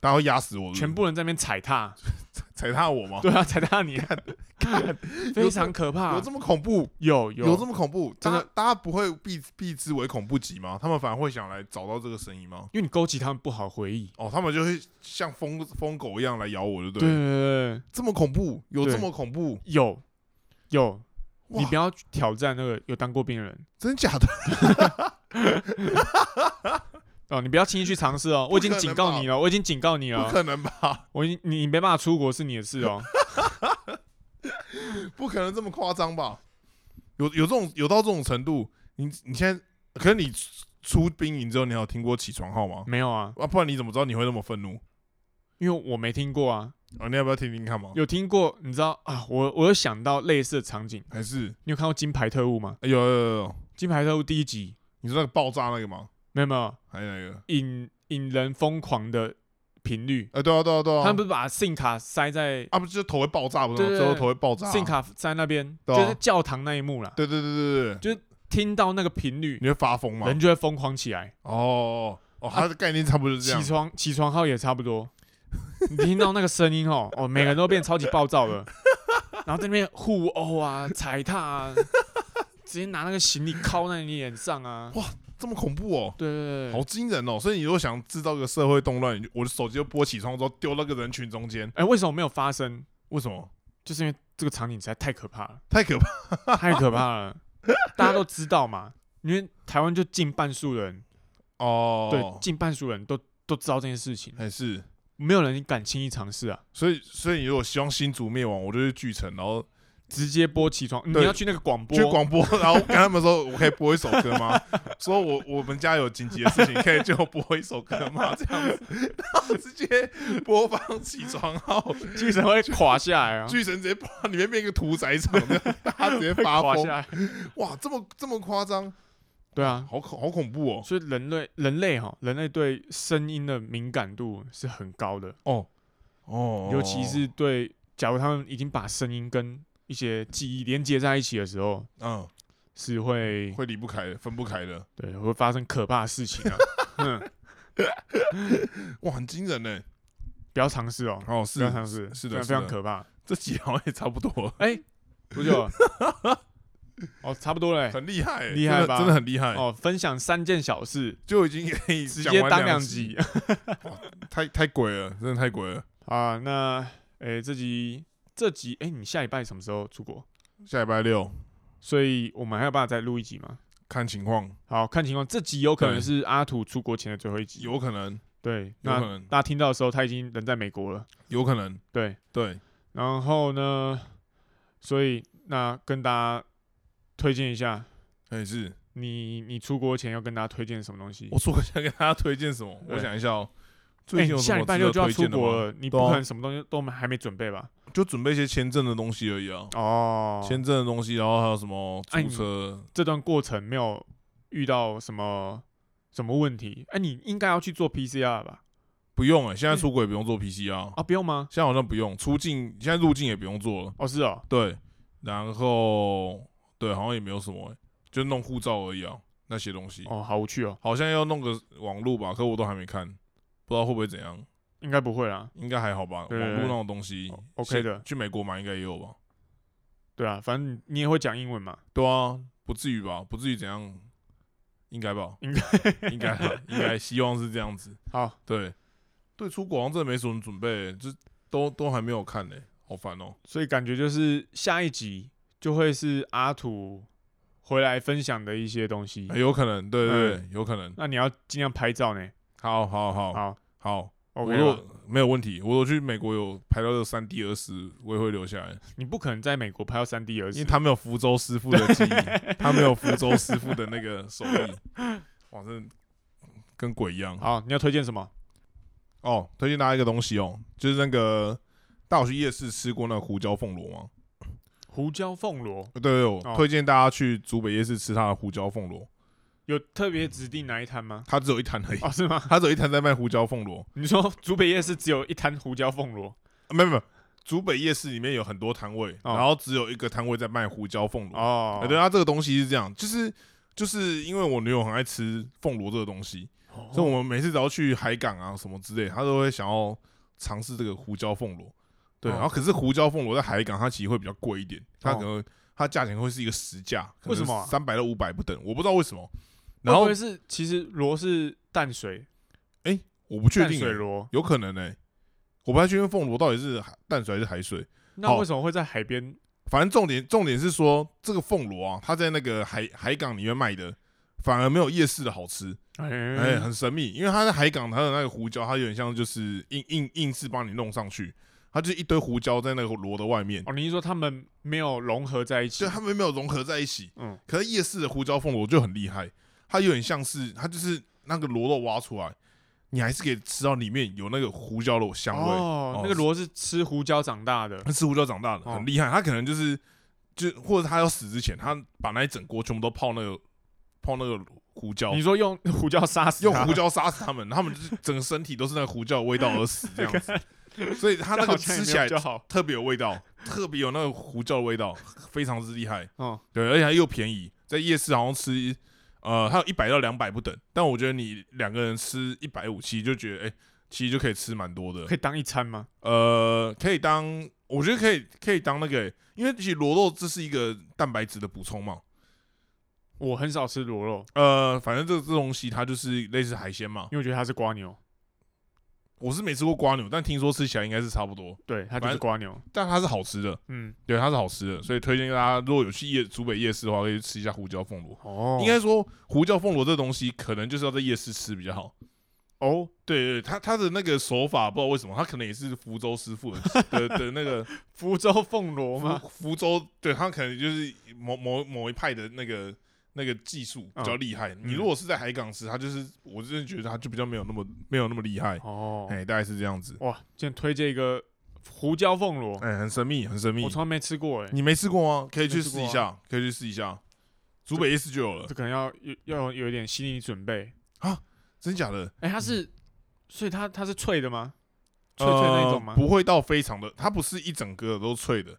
Speaker 1: 大家会压死我，
Speaker 2: 全部人在那边踩踏，
Speaker 1: 踩踏我吗？
Speaker 2: 对啊，踩踏你， 非常可怕
Speaker 1: 哦有，这么恐怖？
Speaker 2: 有
Speaker 1: 有这么恐怖？
Speaker 2: 真
Speaker 1: 大
Speaker 2: 的
Speaker 1: 家大家不会避避之为恐怖级吗？他们反而会想来找到这个声音吗？
Speaker 2: 因为你勾起他们不好的回忆，
Speaker 1: 哦，他们就会像疯疯狗一样来咬我，对不
Speaker 2: 对
Speaker 1: 对？
Speaker 2: 对对，对
Speaker 1: 这么恐怖，有
Speaker 2: 对
Speaker 1: 这么恐怖？
Speaker 2: 有有，
Speaker 1: 哇
Speaker 2: 你不要去挑战那个有当过兵的人
Speaker 1: 真假的？
Speaker 2: 哦，你不要轻易去尝试哦，我已经
Speaker 1: 不可能
Speaker 2: 警告
Speaker 1: 吧
Speaker 2: 你了，我已经警告你
Speaker 1: 不
Speaker 2: 了，
Speaker 1: 可能吧？
Speaker 2: 我已经你你没办法出国是你的事哦，
Speaker 1: 不可能这么夸张吧？有有这种有到这种程度？你你现在，可是你出出兵营之后，你还有听过起床号吗？
Speaker 2: 没有啊，
Speaker 1: 啊，不然你怎么知道你会那么愤怒？
Speaker 2: 因为我没听过啊，
Speaker 1: 啊，你要不要听听看嘛？
Speaker 2: 有听过，你知道啊？我我有想到类似的场景，
Speaker 1: 还是
Speaker 2: 你有看过《金牌特务》吗？
Speaker 1: 哎有有有有，
Speaker 2: 《金牌特务》第一集
Speaker 1: 你说那个爆炸那个吗？
Speaker 2: 没有没有
Speaker 1: 还有那个？
Speaker 2: 引引人疯狂的频率，
Speaker 1: 哎，对啊对啊对啊，
Speaker 2: 他们不是把 SIM 卡塞在
Speaker 1: 啊，不就头会爆炸，不是吗？
Speaker 2: 对对
Speaker 1: 最后头会爆炸啊。
Speaker 2: SIM 卡塞那边，
Speaker 1: 对啊
Speaker 2: 就是教堂那一幕啦，
Speaker 1: 对对对对对，
Speaker 2: 听到那个频率，
Speaker 1: 你会发疯吗？
Speaker 2: 人就会疯狂起来。
Speaker 1: 哦哦，它的概念差不多就是这
Speaker 2: 起
Speaker 1: 样。
Speaker 2: 床起床号也差不多，你听到那个声音哦，哦，每个人都变超级暴躁了，然后在那边互殴啊、踩踏啊，直接拿那个行李敲在你脸上啊。
Speaker 1: 这么恐怖哦，
Speaker 2: 对对对，
Speaker 1: 好惊人哦！所以你如果想制造一个社会动乱，你就我的手机就拨起床之后丢那个人群中间，
Speaker 2: 哎、为什么没有发生？
Speaker 1: 为什么？
Speaker 2: 就是因为这个场景实在太可怕了，
Speaker 1: 太可怕！
Speaker 2: 太可怕了。大家都知道嘛，因为台湾就近半数人，
Speaker 1: 哦，
Speaker 2: 对，近半数人都都知道这件事情，
Speaker 1: 还是
Speaker 2: 没有人敢轻易尝试啊。
Speaker 1: 所以所以你如果希望新竹灭亡，我就去巨城，然后
Speaker 2: 直接播起床，你
Speaker 1: 对
Speaker 2: 要去那个广播，
Speaker 1: 去广播，然后跟他们说，我可以播一首歌吗？ 说我我们家有紧急的事情，可以就播一首歌吗？这样子，然后直接播放起床 号，
Speaker 2: 精神会垮下来啊，
Speaker 1: 巨城直接把里面变一个屠宰场， 这样大家直接
Speaker 2: 会
Speaker 1: 发
Speaker 2: 垮
Speaker 1: 疯，
Speaker 2: 下来。
Speaker 1: 哇，这么这么夸张，
Speaker 2: 对啊，
Speaker 1: 好恐好恐怖哦！
Speaker 2: 所以人类人类哈，人类对声音的敏感度是很高的，
Speaker 1: 哦
Speaker 2: 尤其是对，假如他们已经把声音跟一些记忆连接在一起的时候，
Speaker 1: 嗯，
Speaker 2: 是会
Speaker 1: 会离不开的，分不开的，
Speaker 2: 对，会发生可怕的事情 啊！嗯，
Speaker 1: 哇，很惊人呢。
Speaker 2: 不要尝试哦，
Speaker 1: 哦，
Speaker 2: 不
Speaker 1: 是
Speaker 2: 要尝试，
Speaker 1: 是
Speaker 2: 非
Speaker 1: 的
Speaker 2: 常非常
Speaker 1: 是的
Speaker 2: 可怕。
Speaker 1: 这集好像也差不 多了，
Speaker 2: 哎，多久 了？哦，差不多了欸。
Speaker 1: 很厉害欸，
Speaker 2: 厉害
Speaker 1: 真的
Speaker 2: 吧
Speaker 1: 真的很厉害，
Speaker 2: 哦，分享三件小事，
Speaker 1: 就已经可以
Speaker 2: 直
Speaker 1: 讲
Speaker 2: 接
Speaker 1: 完
Speaker 2: 当
Speaker 1: 两
Speaker 2: 两集
Speaker 1: 太太鬼了，真的太鬼了。
Speaker 2: 啊。那哎，这集这集哎，你下礼拜什么时候出国？
Speaker 1: 下礼拜六
Speaker 2: 所以我们还有办法再录一集吗？
Speaker 1: 看情况，
Speaker 2: 好看情况，这集有可能
Speaker 1: 对
Speaker 2: 是阿土出国前的最后一集。
Speaker 1: 有可能，
Speaker 2: 对，
Speaker 1: 有
Speaker 2: 那
Speaker 1: 可能，
Speaker 2: 大家听到的时候，他已经人在美国了。
Speaker 1: 有可能，
Speaker 2: 对，
Speaker 1: 对，
Speaker 2: 然后呢，所以那跟大家推荐一下，
Speaker 1: 可以哎是。
Speaker 2: 你你出国前要跟大家推荐什么东西？
Speaker 1: 我说我想给大家推荐什么，
Speaker 2: 对
Speaker 1: 我想一下哦。
Speaker 2: 哎
Speaker 1: 最近
Speaker 2: 你
Speaker 1: 有什
Speaker 2: 下
Speaker 1: 么
Speaker 2: 礼拜
Speaker 1: 值
Speaker 2: 六
Speaker 1: 得
Speaker 2: 就要
Speaker 1: 推
Speaker 2: 出
Speaker 1: 荐的
Speaker 2: 国
Speaker 1: 吗？
Speaker 2: 了，你不
Speaker 1: 对啊
Speaker 2: 可能什么东西都还没准备吧？
Speaker 1: 就准备一些签证的东西而已啊，
Speaker 2: 哦，
Speaker 1: 签证的东西，然后还有什么
Speaker 2: 哎
Speaker 1: 租
Speaker 2: 你
Speaker 1: 车，
Speaker 2: 这段过程没有遇到什么什么问题？哎，你应该要去做 PCR 吧？
Speaker 1: 不用哎，现在
Speaker 2: 哎
Speaker 1: 出国也不用做 PCR，
Speaker 2: 啊，不用吗？
Speaker 1: 现在好像不用，出境现在入境也不用做了，
Speaker 2: 哦，是哦，
Speaker 1: 对，然后对，好像也没有什么、欸，就弄护照而已啊，那些东西，
Speaker 2: 哦，好无趣哦，
Speaker 1: 好像要弄个网路吧，可我都还没看，不知道会不会怎样，
Speaker 2: 应该不会啦。
Speaker 1: 应该还好吧，
Speaker 2: 对
Speaker 1: 网路那种东西
Speaker 2: 哦，OK 的
Speaker 1: 现去美国买应该也有吧，
Speaker 2: 对啊，反正你也会讲英文嘛。
Speaker 1: 对啊，不至于吧，不至于怎样，应该吧？
Speaker 2: 应
Speaker 1: 该 应该吧应该，希望是这样子。
Speaker 2: 好，
Speaker 1: 对，对出国好像真的没什么准备、就都都还没有看呢、好烦哦、
Speaker 2: 所以感觉就是下一集就会是阿土回来分享的一些东西。
Speaker 1: 欸有可能，对对对，有可能。
Speaker 2: 那你要尽量拍照呢。
Speaker 1: 好好好
Speaker 2: 好
Speaker 1: 好，哦我
Speaker 2: ，OK
Speaker 1: 如
Speaker 2: 吧
Speaker 1: 果没有问题，我如果去美国有排到这三 D 二十，我也会留下来，
Speaker 2: 你不可能在美国拍到三 D 而
Speaker 1: 因为
Speaker 2: 已。
Speaker 1: 他没有福州师傅的技艺，他没有福州师傅的那个手艺，哇，真的跟鬼一样。
Speaker 2: 好，你要推荐什么？
Speaker 1: 哦，推荐大家一个东西哦，就是那个带我去夜市吃过那个胡椒凤螺吗？呃
Speaker 2: 胡椒凤螺
Speaker 1: 对对，我
Speaker 2: 哦
Speaker 1: 推荐大家去竹北夜市吃它的胡椒凤螺，
Speaker 2: 有特别指定哪一摊吗？
Speaker 1: 它只有一摊而已，
Speaker 2: 哦，是吗？
Speaker 1: 它只有一摊在卖胡椒凤螺，
Speaker 2: 你说竹北夜市只有一摊胡椒凤螺？
Speaker 1: 啊没有没有，竹北夜市里面有很多摊位，
Speaker 2: 哦
Speaker 1: 然后只有一个摊位在卖胡椒凤螺。
Speaker 2: 哦
Speaker 1: 啊，对，它这个东西是这样，就是就是因为我女友很爱吃凤螺这个东西，
Speaker 2: 哦
Speaker 1: 所以我们每次只要去海港啊什么之类，她都会想要尝试这个胡椒凤螺。对，啊
Speaker 2: 哦
Speaker 1: 然后可是胡椒凤螺在海港它其实会比较贵一点，它
Speaker 2: 哦
Speaker 1: 可能它价钱会是一个实价，
Speaker 2: 为什么啊
Speaker 1: 三百到五百不等，我不知道为什么。然
Speaker 2: 然
Speaker 1: 后
Speaker 2: 后是其实螺是淡水
Speaker 1: 我不确
Speaker 2: 淡
Speaker 1: 定欸、
Speaker 2: 水螺，
Speaker 1: 有可能呢、我不太确定凤螺到底是海淡水还是海水。
Speaker 2: 那为什么会在海边？
Speaker 1: 反正重点重点是说，这个凤螺啊，它在那个海海港里面卖的，反而没有夜市的好吃，哎、
Speaker 2: 哎，
Speaker 1: 很神秘。因为它在海港，它的那个胡椒，它有点像就是硬硬硬是帮你弄上去，它就一堆胡椒在那个螺的外面，
Speaker 2: 哦，你是说他们没有融合在一起
Speaker 1: 就？它们没有融合在一起。
Speaker 2: 嗯，
Speaker 1: 可是夜市的胡椒凤螺就很厉害，它有点像是它就是那个螺肉挖出来，你还是可以吃到里面有那个胡椒的香味。
Speaker 2: 哦
Speaker 1: 哦，
Speaker 2: 那个螺是吃胡椒长大的
Speaker 1: 他吃胡椒长大的，
Speaker 2: 哦
Speaker 1: 很厉害。他可能就是就或者他要死之前，他把那一整锅全部都泡那个泡那个胡椒
Speaker 2: 你，说用胡椒杀死
Speaker 1: 用
Speaker 2: 它
Speaker 1: 胡椒杀死他们，他们就是整个身体都是那个胡椒的味道而死 这样子。所以他那个
Speaker 2: 好像也没
Speaker 1: 吃起
Speaker 2: 有
Speaker 1: 来
Speaker 2: 比较好。
Speaker 1: 特别有味道，特别有那个胡椒的味道，非常之厉害。
Speaker 2: 嗯，
Speaker 1: 对，而且它又便宜，在夜市好像吃呃，它有一百到两百不等，但我觉得你两个人吃一百五，其实就觉得哎、其实就可以吃蛮多的
Speaker 2: 可。以当一餐吗？
Speaker 1: 呃，可以当，我觉得可以可以当那个欸、因为其实螺肉这是一个蛋白质的补充嘛。
Speaker 2: 我很少吃螺肉，
Speaker 1: 呃，反正这这东西它就是类似海鲜嘛
Speaker 2: 因。为我觉得它是瓜牛，
Speaker 1: 我是没吃过瓜牛，但听说吃起来应该是差不多，
Speaker 2: 对，它就是瓜牛。
Speaker 1: 但它是好吃的，
Speaker 2: 嗯，
Speaker 1: 对，它是好吃的，所以推荐大家如果有去夜竹北夜市的话，可以吃一下胡椒凤螺。
Speaker 2: 哦，
Speaker 1: 应该说胡椒凤螺这东西可能就是要在夜市吃比较好。
Speaker 2: 哦，
Speaker 1: 对对，它它的那个手法不知道为什么，它可能也是福州师 傅的的的那个
Speaker 2: 福州凤螺吗？
Speaker 1: 福福州对他可能就是某某某一派的那个那个技术比较厉害。
Speaker 2: 哦嗯
Speaker 1: 你如果是在海港吃，他就是我真的觉得他就比较没有那么没有那么厉害。
Speaker 2: 哦，
Speaker 1: 哎、大概是这样子。
Speaker 2: 哇，今天推荐一个胡椒凤螺，
Speaker 1: 哎、很神秘，很神秘
Speaker 2: 我。从来没吃过哎、
Speaker 1: 你没吃过吗？可以
Speaker 2: 没
Speaker 1: 去
Speaker 2: 吃
Speaker 1: 试
Speaker 2: 过啊
Speaker 1: 一下，可以去试一下。竹北夜市就有了
Speaker 2: 这，可能要有要有有一点心理准备。
Speaker 1: 真假的？
Speaker 2: 哎、它是，所以它它是脆的吗？脆脆那一种吗
Speaker 1: 嗯呃？不会到非常的，它不是一整个都脆的，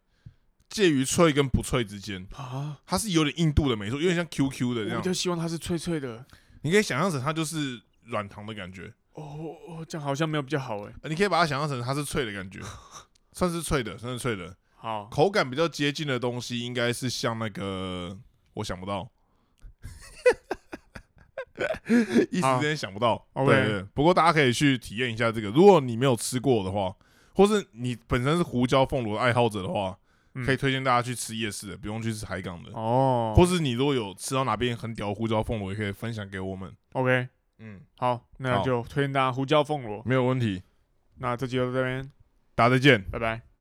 Speaker 1: 介于脆跟不脆之间，
Speaker 2: 啊，
Speaker 1: 它是有点硬度的，没错，有点像 QQ 的这
Speaker 2: 我
Speaker 1: 样
Speaker 2: 就。希望它是脆脆的。
Speaker 1: 你可以想象成它就是软糖的感觉。
Speaker 2: 哦哦，哦这样好像没有比较好哎、
Speaker 1: 呃你可以把它想象成它是脆的 感觉，算是脆的，算是脆的。
Speaker 2: 好，
Speaker 1: 口感比较接近的东西应该是像那个，我想 不到，一时之间想不到。
Speaker 2: 好
Speaker 1: 对
Speaker 2: OK
Speaker 1: 对对不过大家可以去体验一下这个，如果你没有吃过的话，或是你本身是胡椒凤螺的爱好者的话，
Speaker 2: 嗯
Speaker 1: 可以推荐大家去吃夜市的，不用去吃海港的。
Speaker 2: 哦，
Speaker 1: 或是你如果有吃到哪边很屌的胡椒凤螺，也可以分享给我们。
Speaker 2: OK，
Speaker 1: 嗯，
Speaker 2: 好，那
Speaker 1: 好嗯
Speaker 2: 就推荐大家胡椒凤螺。
Speaker 1: 没有问题。
Speaker 2: 那这集就到这边，
Speaker 1: 大家再见。
Speaker 2: 拜拜。